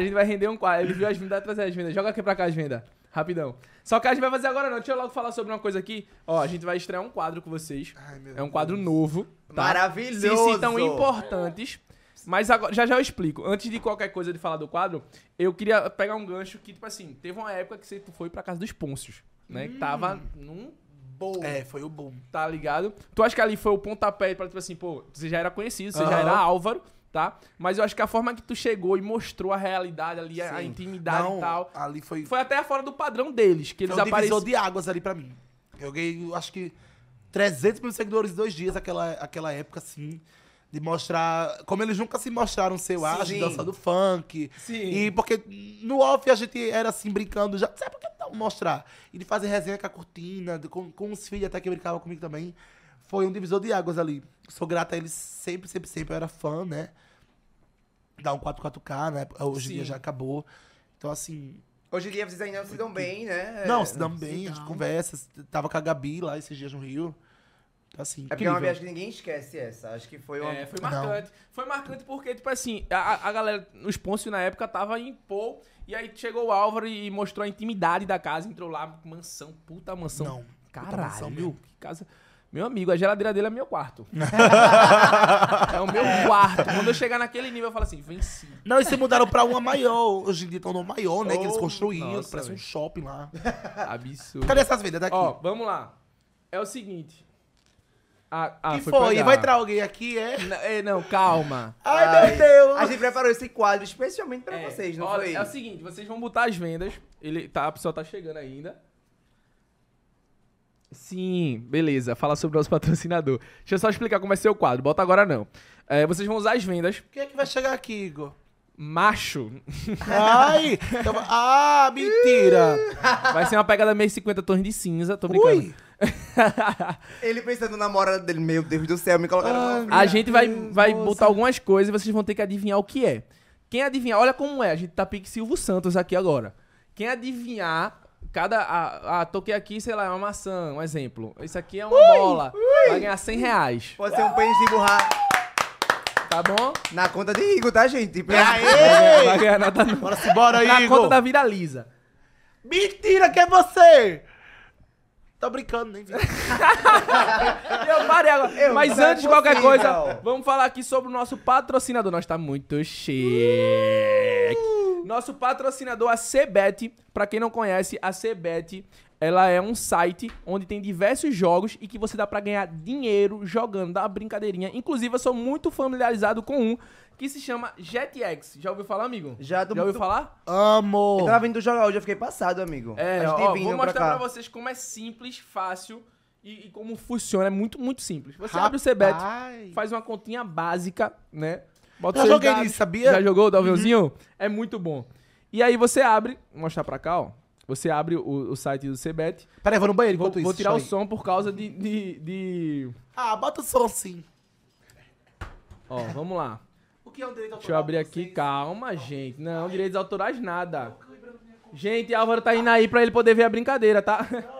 gente vai render um quadro. Ele viu as vendas, vai trazer as vendas. Joga aqui pra cá as vendas. Rapidão. Só que a gente vai fazer agora não. Deixa eu logo falar sobre uma coisa aqui. Ó, a gente vai estrear um quadro com vocês.
Ai, meu
é um quadro novo. Tá?
Maravilhoso!
Se sintam importantes. Mas agora, já já eu explico. Antes de qualquer coisa de falar do quadro, eu queria pegar um gancho que, tipo assim, teve uma época que você foi pra casa dos Pôncios, né? Que
Hum.
tava num boa
É, foi o boom.
tá ligado? Tu acha que ali foi o pontapé pra, tipo assim, pô, você já era conhecido, você já
Aham.
era Álvaro, tá? Mas eu acho que a forma que tu chegou e mostrou a realidade ali, a, a
Sim.
intimidade e tal,
ali foi.
foi até fora do padrão deles, que
Eles
eles
foi um divisor
apareceram...
de águas ali pra mim. Eu ganhei, eu acho que 300 mil seguidores em dois dias, aquela, aquela época, assim. De mostrar. Como eles nunca se mostraram seu ágil,
Sim.
dançando funk.
Sim.
E porque no off a gente era assim, brincando já. Sabe por que não mostrar? E de fazer resenha com a cortina, de- com, com os filhos até que brincavam comigo também. Foi um divisor de águas ali. Sou grato a eles sempre, sempre, sempre. Eu era fã, né? Dá um 44K, né? Hoje em dia
Sim.
já acabou. Então, assim,
Hoje em dia vocês ainda não se dão bem, né?
não, se
se
dão bem, a gente conversa. se- Tava com a Gabi lá esses dias no Rio. Tá assim.
É porque é uma
incrível.
viagem que ninguém esquece essa. Acho que foi uma.
É, foi marcante. Foi marcante porque, tipo assim, a, a galera, os Pôncio na época tava em pô, e aí chegou o Álvaro e mostrou a intimidade da casa, entrou lá, mansão, puta mansão.
Não, puta
Caralho,
mansão mesmo.
que casa... Meu amigo, a geladeira dele é meu
<laughs>
quarto. é o meu quarto. Quando eu chegar naquele nível, eu falo assim, venci.
Não, e se mudaram pra uma maior. Hoje em dia estão no maior, né? que eles
Oh,
construíram.
nossa,
que parece um
velho.
shopping lá.
Absurdo.
Cadê essas vendas daqui?
Ó, vamos lá. É o seguinte. Ah, ah,
que foi?
pegar.
Vai entrar alguém aqui, é?
N- é, Não, calma.
Ai, meu Deus!
A gente preparou esse quadro especialmente pra
É,
vocês, não
olha,
foi?
É o seguinte, vocês vão botar as vendas. Ele, tá, a pessoa tá chegando ainda. Sim, beleza. Fala sobre o nosso patrocinador. Deixa eu só explicar como vai ser o quadro. Bota agora não. É, vocês vão usar as vendas.
Quem é que vai chegar aqui, Igor?
Macho. <laughs>
Ai! então- ah, mentira!
Vai ser uma pegada meio 50 tons de cinza. Tô brincando.
Ui!
<laughs>
Ele pensando na namorada dele, meu Deus do céu, me colocaram
Ai,
na
A gente vai, vai botar algumas coisas e vocês vão ter que adivinhar o que é. Quem adivinhar, olha como é, a gente tá pique Silvio Santos aqui agora. Quem adivinhar, cada. Ah, ah, toquei aqui, sei lá, é uma maçã, um exemplo. Isso aqui é uma bola. Vai ganhar 100 reais.
Pode ser um pênis de borrar
Tá bom?
na conta de Igor, tá, gente?
Vai,
Aê!
ganhar nada não.
Bora se bora,
Na
Igor!
conta da vida lisa.
Mentira, que é você! Tô
<laughs>
brincando, nem vi.
Eu parei agora.
Eu
Mas
não é
antes de qualquer
possível.
coisa, vamos falar aqui sobre o nosso patrocinador. Nós tá muito chique.
Uh!
Nosso patrocinador, a Cbet. Pra quem não conhece, a Cbet, ela é um site onde tem diversos jogos e que você dá pra ganhar dinheiro jogando, dá uma brincadeirinha. Inclusive, eu sou muito familiarizado com um que se chama JetX. Já ouviu falar, amigo?
Já, tô
Já ouviu
muito-
falar?
Amo!
Eu tava vindo jogar hoje, eu fiquei passado, amigo.
É,
a gente
ó,
vindo
vou mostrar
pra cá.
pra, vocês como é simples, fácil e, e como funciona. É muito, muito simples. Você abre o Cbet,
Rapaz.
faz uma continha básica, né? Bota
Eu
seus
joguei nisso, sabia? Uhum.
Já jogou o Dalvinzinho? É muito bom. E aí você abre, vou mostrar pra cá, ó. Você abre o, o site do Cbet.
Peraí, vou no banheiro
Vou,
enquanto isso.
vou tirar o
chorei.
som por causa de, de, de-
Ah, bota o som sim.
Ó, vamos lá.
O que é um direito
Deixa eu abrir aqui. Calma, gente. Não, direitos autorais nada. Gente, Álvaro tá indo aí pra ele poder ver a brincadeira, tá? <laughs>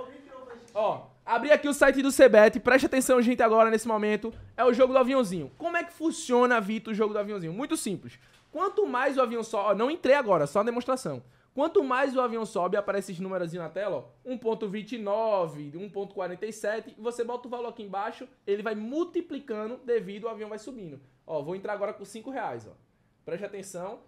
Ó, abri aqui o site do Cebet. Preste atenção, gente, agora nesse momento. É o jogo do aviãozinho. Como é que funciona, Vitor, o jogo do aviãozinho? Muito simples. Quanto mais o avião sobe. Ó, não entrei agora, só uma demonstração. Quanto mais o avião sobe, aparece esses números na tela, ó. 1.29, 1.47. E você bota o valor aqui embaixo, ele vai multiplicando devido o avião vai subindo. Ó, vou entrar agora com 5 reais, ó. Preste atenção.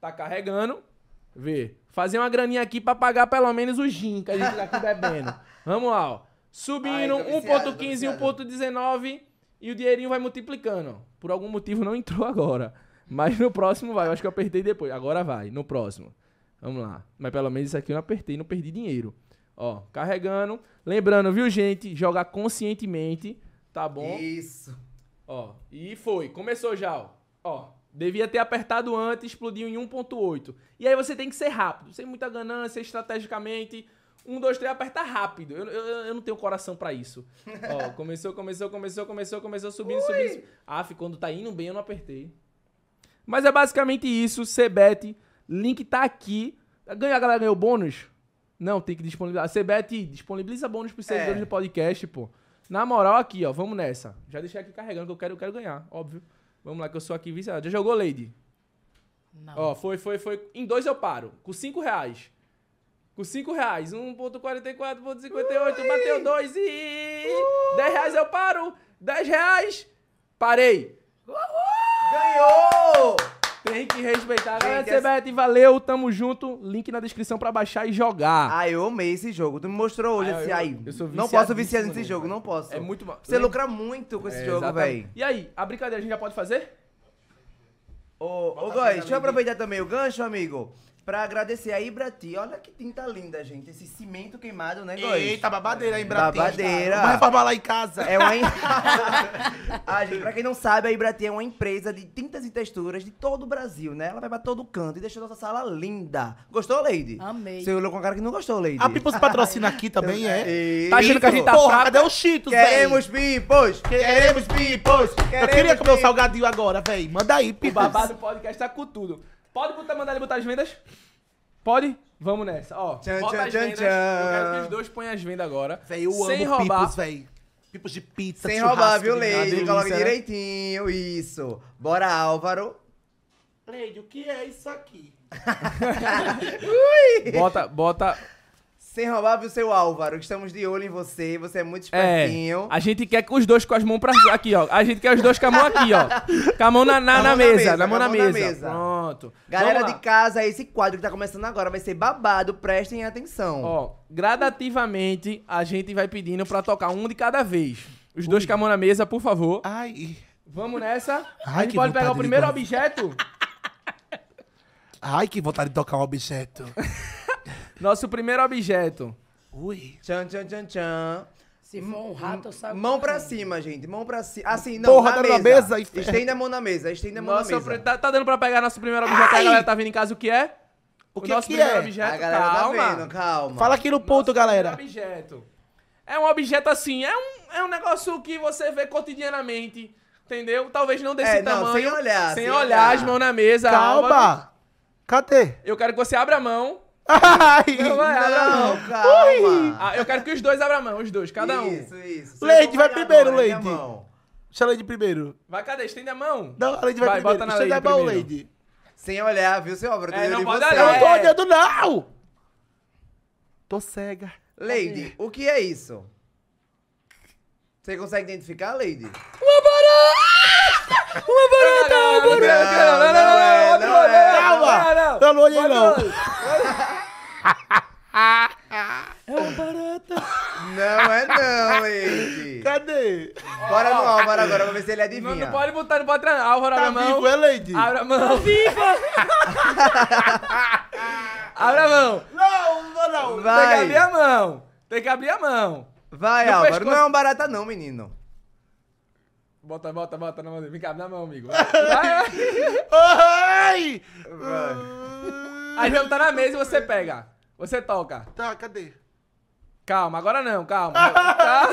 Tá carregando.
<laughs>
Vê. Fazer uma graninha aqui pra pagar pelo menos o gin que a gente tá aqui bebendo. Vamos lá, ó. Subindo,
Ai, tô viciado, tô
1.15,
viciado.
1.19 e o dinheirinho vai multiplicando. Por algum motivo não entrou agora. Mas no próximo vai. Eu acho que eu apertei depois. Agora vai, no próximo. Vamos lá. Mas pelo menos isso aqui eu não apertei, não perdi dinheiro. Ó, carregando. Lembrando, viu, gente? Jogar conscientemente, tá bom?
Isso.
Ó, e foi. Começou já, ó. Ó, devia ter apertado antes, explodiu em 1.8. E aí você tem que ser rápido, sem muita ganância, estrategicamente. Um, dois, três, aperta rápido. Eu, eu, eu não tenho coração pra isso. Ó, começou, começou, começou, começou, começou, subindo, subindo, subindo. Aff, quando tá indo bem, eu não apertei. Mas é basicamente isso, Cebet. Link tá aqui. Ganha, a galera ganhou bônus? Não, tem que disponibilizar. Cebet, disponibiliza bônus pros seguidores do podcast, pô. Na moral, aqui, ó, vamos nessa. Já deixei aqui carregando, que eu quero, eu quero ganhar, óbvio. Vamos lá, que eu sou aqui viciado. Já jogou, Lady?
Tá
Não.
Ó, foi, foi, foi. Em dois eu paro. Com cinco reais. Com cinco reais. 1.44, 1.58, bateu dois e... Dez reais eu paro. Dez reais. Parei.
Ganhou!
Tem que respeitar. Galera,
Gente, essa-
CBT, valeu, tamo junto. Link na descrição pra baixar e jogar.
Ah, eu amei esse jogo. Tu me mostrou hoje
Ah,
esse
eu-
aí.
eu sou
não posso
viciadíssimo
viciar nesse
nele,
jogo,
cara.
não posso.
É muito bom.
Você lucra muito com esse jogo,
Exatamente.
velho.
E aí, a brincadeira a gente já pode fazer?
Ô, ô
a
Góis,
cena
deixa eu
ali.
aproveitar também o gancho, amigo, pra agradecer a Ibrati. Olha que tinta linda, gente. Esse cimento queimado, né, Góis?
Eita, babadeira, hein, Bratinho?
Babadeira.
Vai reformar lá em casa.
É uma. em- <laughs> ah, gente, pra quem não sabe, a Ibrati é uma empresa de tintas e texturas de todo o Brasil, né? Ela vai pra todo canto e deixa nossa sala linda. Gostou, Lady?
Amei.
Você olhou com a cara que não gostou, Lady.
A Pipos patrocina aqui também, é?
Tá achando que a gente tá
Porra,
fraco?
cadê os Cheetos, velho?
Queremos pipos!
Queremos Pipos! Eu
Queremos
queria comer o
Pipos.
salgadinho agora, velho. Manda aí,
O
Pipos.
babado podcast tá com tudo. Pode botar, mandar ele botar as vendas? Pode? Vamos nessa. Ó,
Tchan,
bota
tchan,
as
tchan,
vendas. Eu
tchan.
quero que os dois ponham as vendas agora.
Véi, eu
sem
amo
roubar.
Pipos, velho. Pipos de pizza,
Sem roubar,
churrasco,
viu,
de
Lady?
delícia,
Coloque
né?
direitinho, isso. Bora, Álvaro.
Lady, o que é isso aqui?
Bota, bota.
Sem roubar, viu, seu Álvaro? Estamos de olho em você, você é muito
É.
espertinho.
A gente quer que os dois com as mãos pra. Aqui, ó. A gente quer os dois com a mão aqui, ó. Com a mão na, na,
Com
na
a mão na
mesa.
mesa,
Na mão
com
na
a mão na
mesa.
mesa.
Pronto.
Galera
Vamos
de
lá.
casa, esse quadro que tá começando agora vai ser babado, prestem atenção.
Ó, gradativamente a gente vai pedindo pra tocar um de cada vez. Os dois com a mão na mesa, por favor.
Ah.
Ai,
Vamos nessa. a
Ai,
gente
que
pode pegar o
vontade de
primeiro
guardar.
objeto.
ai, que vontade de tocar um <laughs> objeto.
Nosso primeiro objeto.
Ui.
Tchan, tchan, tchan, tchan.
Se for um rato, eu saio
Mão pra
correndo.
cima, gente. Mão pra cima. Assim, não.
Porra,
na
tá na
mesa.
mesa, e-
Estende a mão na mesa. Estende a mão
Nossa,
na mesa.
pre- tá, tá dando pra pegar nosso primeiro objeto. A galera tá vendo em casa o que é?
O que
nosso
que
primeiro
é?
objeto,
a galera
calma.
tá vendo, calma.
Fala aqui no ponto, galera.
Primeiro objeto. É um objeto assim, é um, é um negócio que você vê cotidianamente, entendeu? Talvez não desse
É, não,
tamanho.
sem olhar,
Sem
sem
olhar,
olhar.
as mãos na mesa. Álvaro.
Calma. Cadê? <laughs>
Eu quero que você abra a mão. Não, vai,
Ai.
abra a mão.
Não, calma.
Ah, eu quero que os dois abram a mão, os dois, cada um.
Isso, isso. Vocês
Leite,
vão
vai
olhar
primeiro,
agora, minha
Leite.
mão.
Deixa a Lady primeiro.
Vai, cadê? Estende a mão.
Não, a Lady vai,
Vai,
primeiro.
bota na
Deixa
Lady
a mão,
primeiro.
Lady.
Sem olhar, viu, seu obra?
É, não pode
Eu
olhar.
não tô
É.
olhando, não! Tô cega.
Lady, o que é isso? Você consegue identificar, Lady?
Não, não, não, não, não, não, não, não,
não
não,
é,
não,
Calma!
não, não.
Eu não olhei, não.
Não é não,
<laughs>
Lady.
Cadê?
Bora no Álvaro agora, pra ver se ele
Não,
adivinha.
não pode botar, não pode treinar. Álvaro, abre
Tá
a mão.
vivo, é, Lady?
Abra a mão. Abra a mão.
Não, não,
Tem
não.
que
Vai,
abrir a mão. Tem que abrir a mão.
vai,
No
Álvaro.
pescoço.
Não é um barata não, menino.
Bota, bota, bota na mão dele. Vem cá, na mão, amigo. Vai, vai.
<laughs> Ai!
Vai.
Aí vai botar na mesa e você pega. Você toca.
Tá, cadê?
Calma, agora não, calma. <laughs> Tá?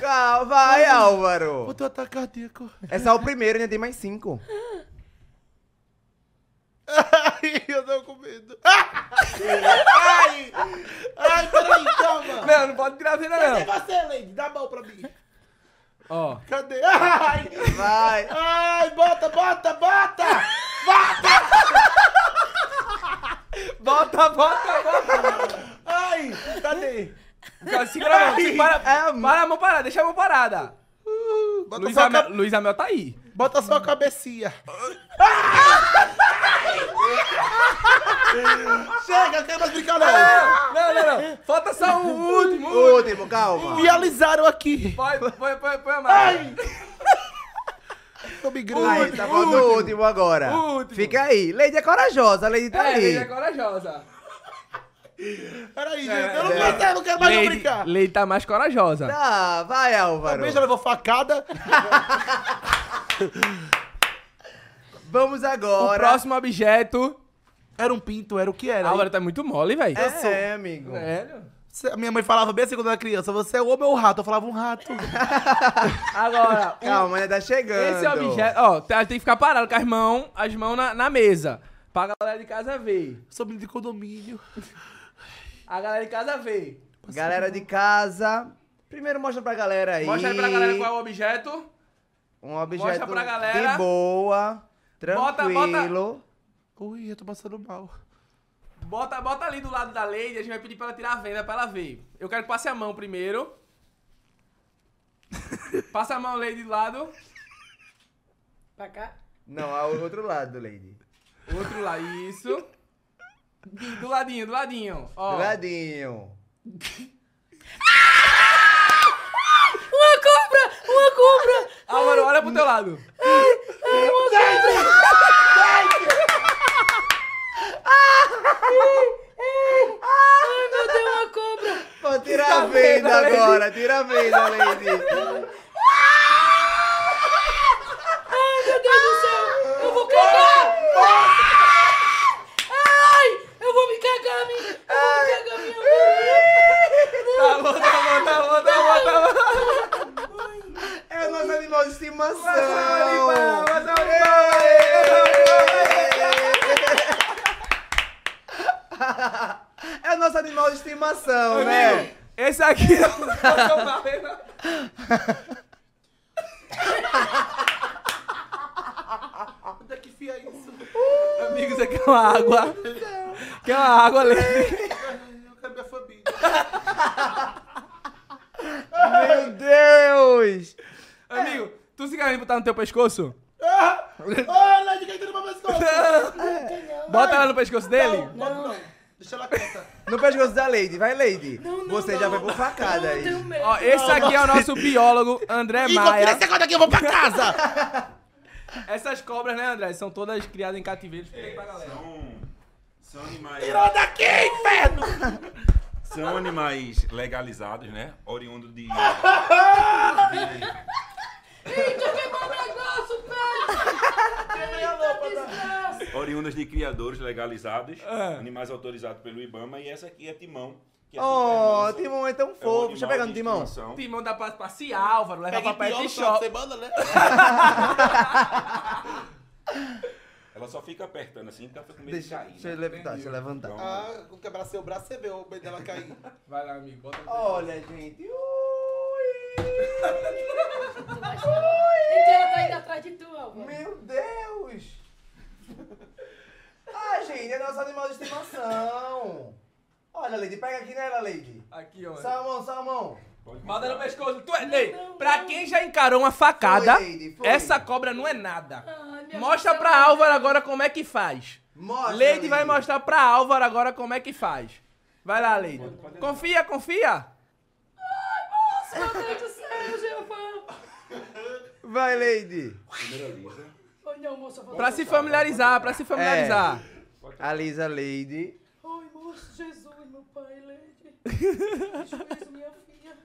Calma, vai, Álvaro.
Vou ter um ataque cardíaco.
É só o primeiro, ainda tem mais cinco.
Ai, eu tô com medo. Ah! Ai! Ai, peraí, calma.
Não, não pode tirar a vida,
Cadê
não.
você, Lady? Dá a mão pra mim.
Ó.
Cadê? Ai!
Vai.
Ai, bota, bota, bota!
Bota, bota, bota.
Ai, cadê?
Cara, assim, Segura a mão. Para,
É a mão.
para a mão parada, deixa a mão parada.
Bota
Luiz
só a
Amel,
cap-
Luiz Amel tá aí.
Bota só a cabecinha. Chega, quer mais brincar não.
Não, não, não. Falta só o último. o <laughs> último.
Último, calma.
Vializaram aqui.
Vai, vai, vai, vai, Amara.
Tô me
Aí, tá falando o último agora.
O último.
Fica aí. Lady é corajosa, Lady tá
É,
aí.
Lady é corajosa.
Peraí, gente. Eu não pensei, eu não quero Tá mais não brincar.
Lady tá mais corajosa.
Tá, vai, Álvaro.
Também já levou facada.
Vamos
O
agora.
próximo objeto.
Era um pinto, era o que era.
Álvaro tá muito mole, velho.
É, amigo.
Velho.
Se- a Minha mãe falava bem assim quando eu era criança, você é homem ou rato? Eu falava um rato.
Agora, o-
Calma, ainda tá chegando.
esse objeto. Ó, tá- tem que ficar parado com as mãos, as mãos na, na mesa. Pra galera de casa ver.
Sou menino de condomínio.
A galera de casa ver.
Galera de casa, primeiro mostra pra galera aí.
Mostra aí pra galera qual é o objeto.
Um objeto
Mostra pra galera.
de boa,
Bota,
tranquilo.
bota.
Ui, eu tô passando mal.
Bota, bota ali do lado da Lady, a gente vai pedir pra ela tirar a venda pra ela ver. Eu quero que passe a mão primeiro. <laughs> Passa a mão, Lady, do lado.
Pra cá.
Não, ao outro lado, Lady.
Outro lado, isso. Do ladinho, do ladinho. Ó.
Do ladinho.
Uma cobra! Uma cobra!
Álvaro, olha pro teu lado.
Ai, meu Deus, uma cobra!
Pô, tira a venda
Tá Lady.
agora, tira a
<laughs>
venda, Lady.
Meu Deus do céu! Eu vou cagar! Ai! Eu vou me cagar, minha! Eu vou me cagar, minha
Tá bom, tá bom, tá bom, tá bom, tá bom.
É o nosso animal de estimação.
animal, nosso
É o nosso animal de estimação, né?
Esse aqui é o que eu falei, né?
Onde é que fia isso?
Amigo, isso aqui é uma água. Que é uma água, Lady.
Eu quero minha <laughs> família.
Meu Deus!
Amigo, tu se quer botar no teu pescoço?
Ah, Lady, quem tem no meu pescoço?
Bota ela no pescoço dele.
Não, não. Deixa ela quieta.
No pescoço da Lady, vai, Lady. Você já vai por facada
Eu
aí.
tenho medo!
Ó, esse aqui é o nosso biólogo, André Maia.
conta aqui, eu vou pra <laughs> casa.
Essas cobras, né, André? São todas criadas em cativeiro. Explica aí pra galera.
São, são animais.
Tô daqui, inferno.
São animais legalizados, né? Oriundo de.
Eita, queimou o é um negócio, velho! Eita,
Oriundas de criadores legalizados.
É.
Ah.
Animais autorizados pelo Ibama. E essa aqui é Timão. Que é
Oh,
super manso,
Timão é tão
é um
fofo.
animal
Deixa eu pegar no
de
Timão.
estimação.
Timão dá pra passear, Álvaro. Leva pra pet shop.
semana, né?
Ela só fica apertando assim, tá com medo
Deixa,
de cair.
deixa
né?
eu levantar, deixa eu levantar.
Então,
Ah, quando quebrar seu braço, você vê o medo dela cair.
Vai lá, amigo. Bota no
Olha, gente. Ui!
ela tá indo atrás de tu, Alvaro.
Meu Deus! Ah, gente, é nosso animal de estimação. Olha, Lady, pega aqui nela, Lady.
Aqui, ó.
Salmão, salmão.
pode
Bota no
mostrar.
pescoço. Tu é, Lei, pra quem já encarou uma facada,
Foi, Lady, foi. Ah,
essa cobra não é nada.
Ai, minha
Mostra
mão
pra
tá-
Álvaro agora como é que faz.
Mostra.
Lady vai mostrar pra Álvaro agora como é que faz. Vai lá, Lady. Confia, confia.
Meu Deus do céu, Jeová!
Vai, Lady.
Primeiro alisa.
Ai, não, moça, eu vou...
Pra se familiarizar, pra
É.
se familiarizar.
Alisa, Lady.
Ai, moço, Jesus, meu pai, Lady. Juízo, minha filha.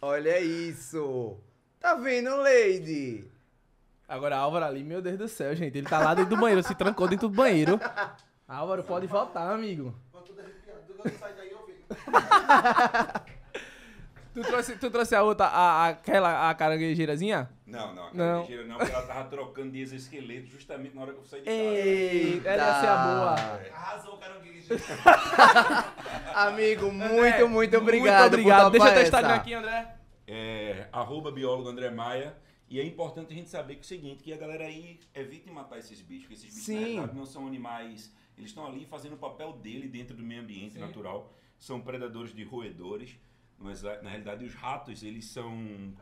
Olha isso. Tá vendo, Lady?
Agora, Álvaro ali, meu Deus do céu, gente. Ele tá lá dentro do banheiro, se trancou dentro do banheiro. Álvaro, pode voltar, amigo. <laughs> Tu trouxe, tu trouxe a outra, a, aquela, a caranguejeirazinha?
Não, não, a
Não.
caranguejeira não, porque ela tava trocando de exoesqueleto justamente na hora que eu saí de casa.
Eita, essa é a boa.
Arrasou, caranguejeira.
Amigo, muito,
André, É,
muito obrigado.
né? Muito obrigado.
Por
Deixa eu
topar
teu Instagram
essa.
aqui, André.
é, arroba biólogo André Maia. E é importante a gente saber que é o seguinte, que a galera aí evite matar esses bichos, que esses bichos na
Sim.
verdade não são animais. Eles estão ali fazendo o papel dele dentro do meio ambiente natural. São predadores de roedores. ah, Mas a- na realidade os ratos, eles são.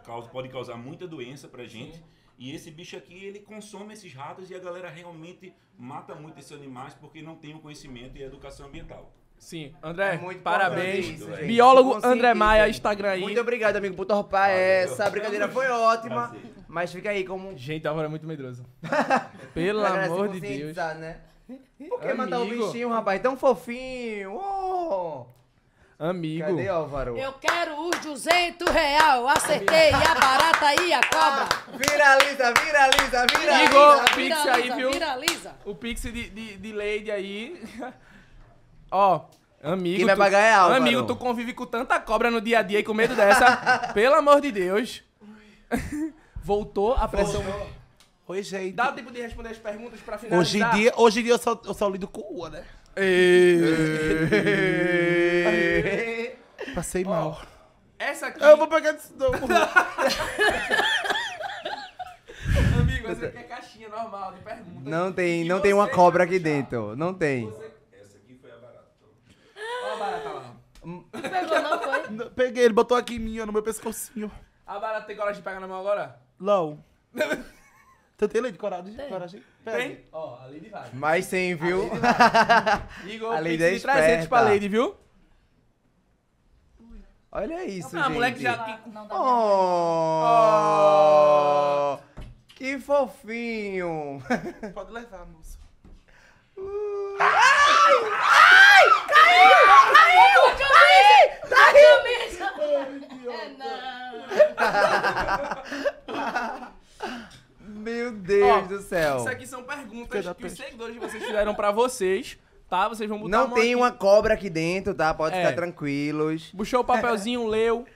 caus- podem causar muita doença pra gente. E esse bicho aqui, ele consome esses ratos e a galera realmente mata muito esses animais porque não tem o conhecimento e a educação ambiental.
Sim, André,
É muito
parabéns.
importante isso, gente.
Biólogo
Conscientiza.
André Maia, Instagram aí.
Muito obrigado, amigo, por topar essa. A brincadeira foi ótima.
Prazer.
Mas fica aí como. um
Gente, a Aurora é muito medrosa. Pelo
pra galera se
amor de Deus.
conscientizar, Né? Por que matar o
Amigo.
bichinho, rapaz? Tão fofinho. Oh!
Amigo.
Cadê, Álvaro?
Eu quero os 200 real. Acertei a barata e a
Ah,
cobra.
viraliza, viraliza, viraliza.
Igor,
Viraliza,
Pix aí,
viraliza,
viu?
Viraliza.
O Pix de, de, de Lady aí. <laughs> Ó, amigo.
Quem vai
tu-
pagar é Álvaro.
Amigo, tu convive com tanta cobra no dia a dia e com medo dessa. Pelo amor de Deus. <laughs> Voltou a pressão.
Oi, gente.
Dá tempo de responder as perguntas pra
Hoje
finalizar.
em dia, hoje em dia eu, só, eu só lido com rua, né? Passei mal.
Essa aqui.
Eu vou pegar disso não.
Amigo, essa aqui é caixinha normal de perguntas.
Não tem,
E
não tem uma
você
cobra
vai
aqui
puxar.
dentro. Não tem.
Essa aqui foi a barata.
Ó a barata lá.
Não pegou, não foi?
Não, <laughs> Peguei, ele botou aqui em mim, ó, no meu pescocinho.
A barata tem coragem de pegar na mão agora?
Lão. Tu tem leite de coragem? coragem?
Tem? Ó, a Lady vai.
Mas sim, viu?
Igor,
A
Pix
Lady é
de 300 pra
esperta.
Lady, viu?
Olha isso,
Ah,
gente.
moleque já que
Não dá minha
Oh!
mão.
Que fofinho. <laughs>
Pode levar, moço.
É, não.
Meu Deus
Ó,
do céu.
Isso aqui são perguntas
Filho da
que os
peste.
seguidores de vocês fizeram pra vocês, tá? Vocês vão botar a
Não
mão
tem
aqui.
uma cobra aqui dentro, tá? Pode
É.
ficar tranquilos.
Puxou o papelzinho, leu,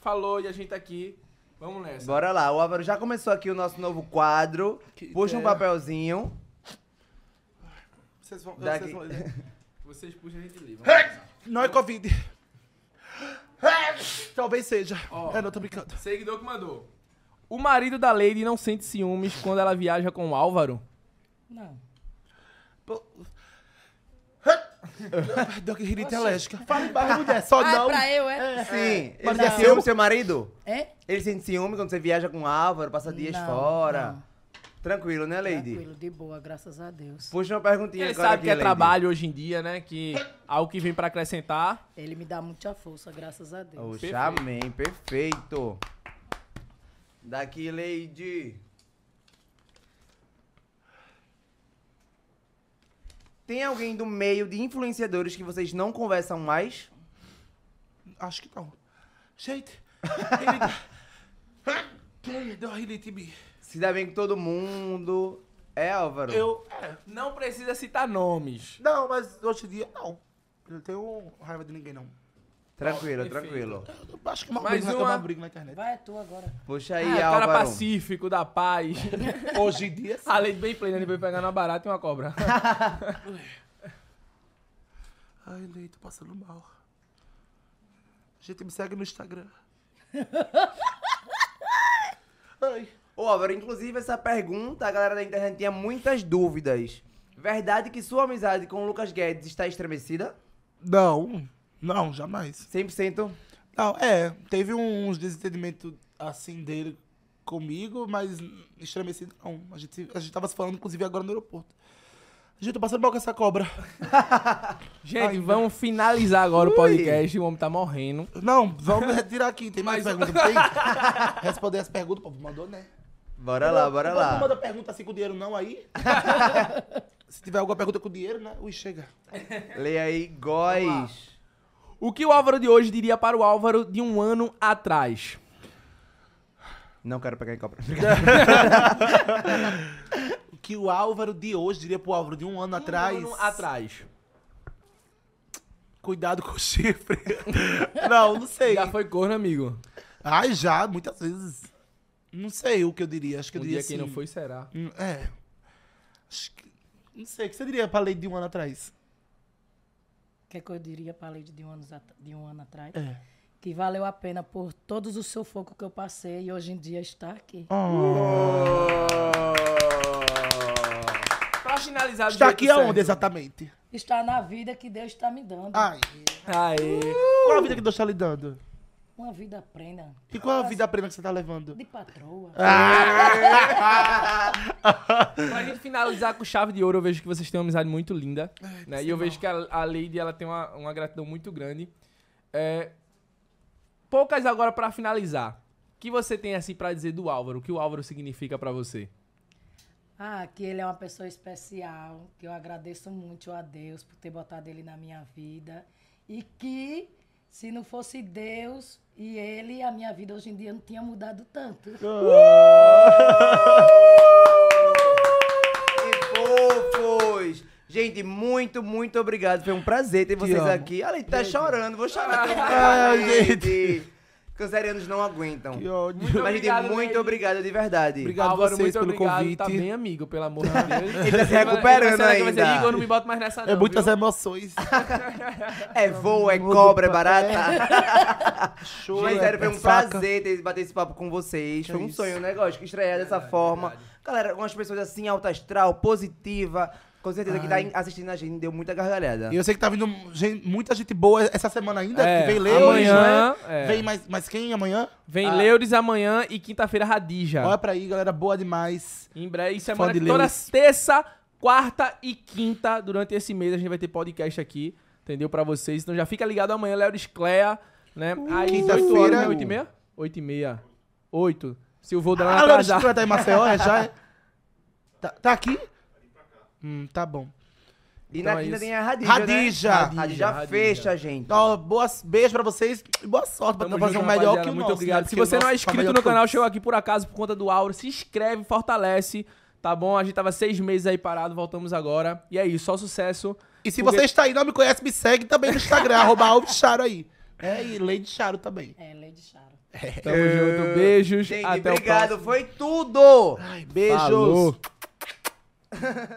falou e a gente tá aqui. Vamos nessa.
Bora lá, o Álvaro já começou aqui o nosso novo quadro.
Que
Puxa um
ideia.
papelzinho.
Vocês vão,
Daqui.
vocês vão ler.
Vocês puxam a gente lê. vamos lá.
Não é <laughs> Covid. Talvez seja.
Ó.
É, não, tô brincando.
Seguidor que mandou. O marido da Lady não sente ciúmes quando ela viaja com o Álvaro?
Não.
Pô. Deu que rinite alérgica. Fala embaixo, mulher. Só
Ah, é
não.
pra eu, é?
Sim. Ele
Mas
tem
não.
ciúme, seu marido?
É?
Ele sente ciúme quando você viaja com o Álvaro, passa dias
Não,
fora.
não.
Tranquilo, né, Lady?
Tranquilo, de boa, graças a Deus.
Puxa uma perguntinha
Ele
agora
sabe
aqui,
que é
Lady.
trabalho hoje em dia, né? Que algo que vem pra acrescentar.
Ele me dá muita força, graças a Deus.
Oxe, amém, perfeito. Daqui, Lady. Tem alguém do meio de influenciadores que vocês não conversam mais?
Acho que não. Gente. <laughs> rinite- Deu uma rinite em mim.
Se dá bem com todo mundo. É, Álvaro?
Eu. é.
Não precisa citar nomes.
Não, mas hoje em dia, não. Eu não tenho raiva de ninguém, não.
Tranquilo,
Perfeito.
tranquilo.
Eu acho que uma
Mais
briga, né?
uma.
Tem uma briga na internet.
Vai, é tu agora.
Puxa aí,
Ah, cara
Álvaro.
pacífico, da paz.
<laughs> Hoje em dia, sim.
a Lady bem plena, ele veio pegar uma barata e uma cobra.
<laughs> Ai, Lei, tô passando mal. Gente, me segue no
<laughs>
Instagram. Ai.
Ô, Álvaro, inclusive essa pergunta, a galera da internet tinha muitas dúvidas. Verdade que sua amizade com o Lucas Guedes está estremecida?
Não, não, jamais.
100%.
Não, é, teve uns desentendimentos assim dele comigo, mas estremecido não. A gente, a gente tava se falando, inclusive, agora no aeroporto. Gente, tô passando mal com essa cobra.
Gente,
Ainda.
vamos finalizar agora o podcast. O homem tá morrendo.
Não, vamos retirar aqui. Tem mais perguntas? Tem? Responder as perguntas, o povo mandou, né?
Bora lá, bora
O povo Não
lá.
manda pergunta assim com dinheiro,
<laughs>
não, aí. se tiver alguma pergunta com dinheiro, né? Ui, chega.
Leia aí, góis.
O que o Álvaro de hoje diria para o Álvaro de um ano atrás?
Não quero pegar em <laughs> cobra.
O que o Álvaro de hoje diria pro Álvaro de um ano atrás?
Um ano atrás.
Cuidado com o chifre. <laughs> não, não sei.
Já foi corno, amigo.
Ai, já, muitas vezes. Não sei o que eu diria. Acho que
um
eu
dia
diria
quem
assim,
não foi será.
hum, É. Acho que... Não sei, o que você diria pra lei de um ano atrás?
O que, é que eu diria pra Lady de um, anos at- de um ano atrás?
É.
Que valeu a pena por todos os sufocos que eu passei e hoje em dia está aqui.
Oh.
Pra finalizar, do jeito
Está tá aqui
certo.
aonde exatamente? Ah.
Está na vida que Deus está me dando.
Ai.
Aê.
Qual a vida que Deus tá lhe dando?
Uma vida plena.
E qual é a vida plena que você tá levando?
De patroa.
Pra gente finalizar com chave de ouro, eu vejo que vocês têm uma amizade muito linda. né? E eu vejo que a, a Lady ela tem uma, uma gratidão muito grande. É, poucas agora pra finalizar. O que você tem assim pra dizer do Álvaro? O que o Álvaro significa pra você?
Ah, que ele é uma pessoa especial, que eu agradeço muito a Deus por ter botado ele na minha vida. E que, se não fosse Deus e ele, a minha vida hoje em dia não tinha mudado tanto.
Uh!
Que fofos! Gente, muito, muito obrigado. Foi um prazer ter vocês
amo.
aqui. A Leite tá chorando, vou chorar. Ah, gente. Cancerianos não aguentam.
Que ódio.
Mas,
obrigado,
gente, muito
Leite.
obrigado, de verdade.
Obrigado
Álvaro,
vocês
muito
pelo
obrigado.
convite.
Tá bem amigo, pelo amor de Deus. ele
tá se recuperando
vai- ele vai dizer,
ainda.
Igor, não me bota mais nessa não,
É muitas
viu?
emoções.
É voo, é cobra, é barata. <laughs>
Show.
Mas
é-
sério, foi
é
um
faca.
prazer ter bater esse papo com vocês. Foi um
isso.
sonho, né? Gosto que estrear dessa forma. Galera, umas pessoas assim, alta astral, positiva. Com certeza que tá em- assistindo a gente, deu muita gargalhada.
E eu sei que tá vindo gen- muita gente boa essa semana ainda,
É,
que vem ler
amanhã,
hoje, né?
é.
Vem mais, mais quem amanhã?
Vem Leuris amanhã e quinta-feira Radija.
Olha pra aí, galera, boa demais.
Em breve, semana
de
que toda
Lewis.
terça, quarta e quinta, durante esse mês, a gente vai ter podcast aqui, entendeu? Pra vocês. Então já fica ligado amanhã, Léo Clea, né? Aí,
Uh, Quinta-feira.
8 horas, né? 8 e meia? 8 e meia. 8. Se o voo da
Ah,
ah,
galera,
atrasar.
desculpa, tá em Maceió, é já? é? Tá, tá aqui? Hum, tá bom.
E
Então
na
é
quinta
isso.
tem a Radija.
Radija.
Né?
Radija,
Radija,
Radija. um
fecha, gente.
Ó, boas, beijo pra vocês e boa sorte pra
Tamo
fazer
junto,
um melhor
rapaziada.
que o
Muito
nosso.
obrigado.
né?
Se
Porque o
você não é
nosso tá
inscrito
melhor
no
que o
canal,
nosso.
chegou aqui por acaso por conta do Auro, se inscreve, fortalece, tá bom? A gente tava seis meses aí parado, voltamos agora. E é isso, só sucesso.
E se
Porque-
você está aí e não me conhece, me segue também no Instagram, <laughs> arroba Alves Charo aí. É, e Lady Charo também.
É, Lady Charo.
Tamo
É.
junto, beijos.
Gente,
até o próximo.
obrigado. Foi tudo.
Ai, beijos.
Falou.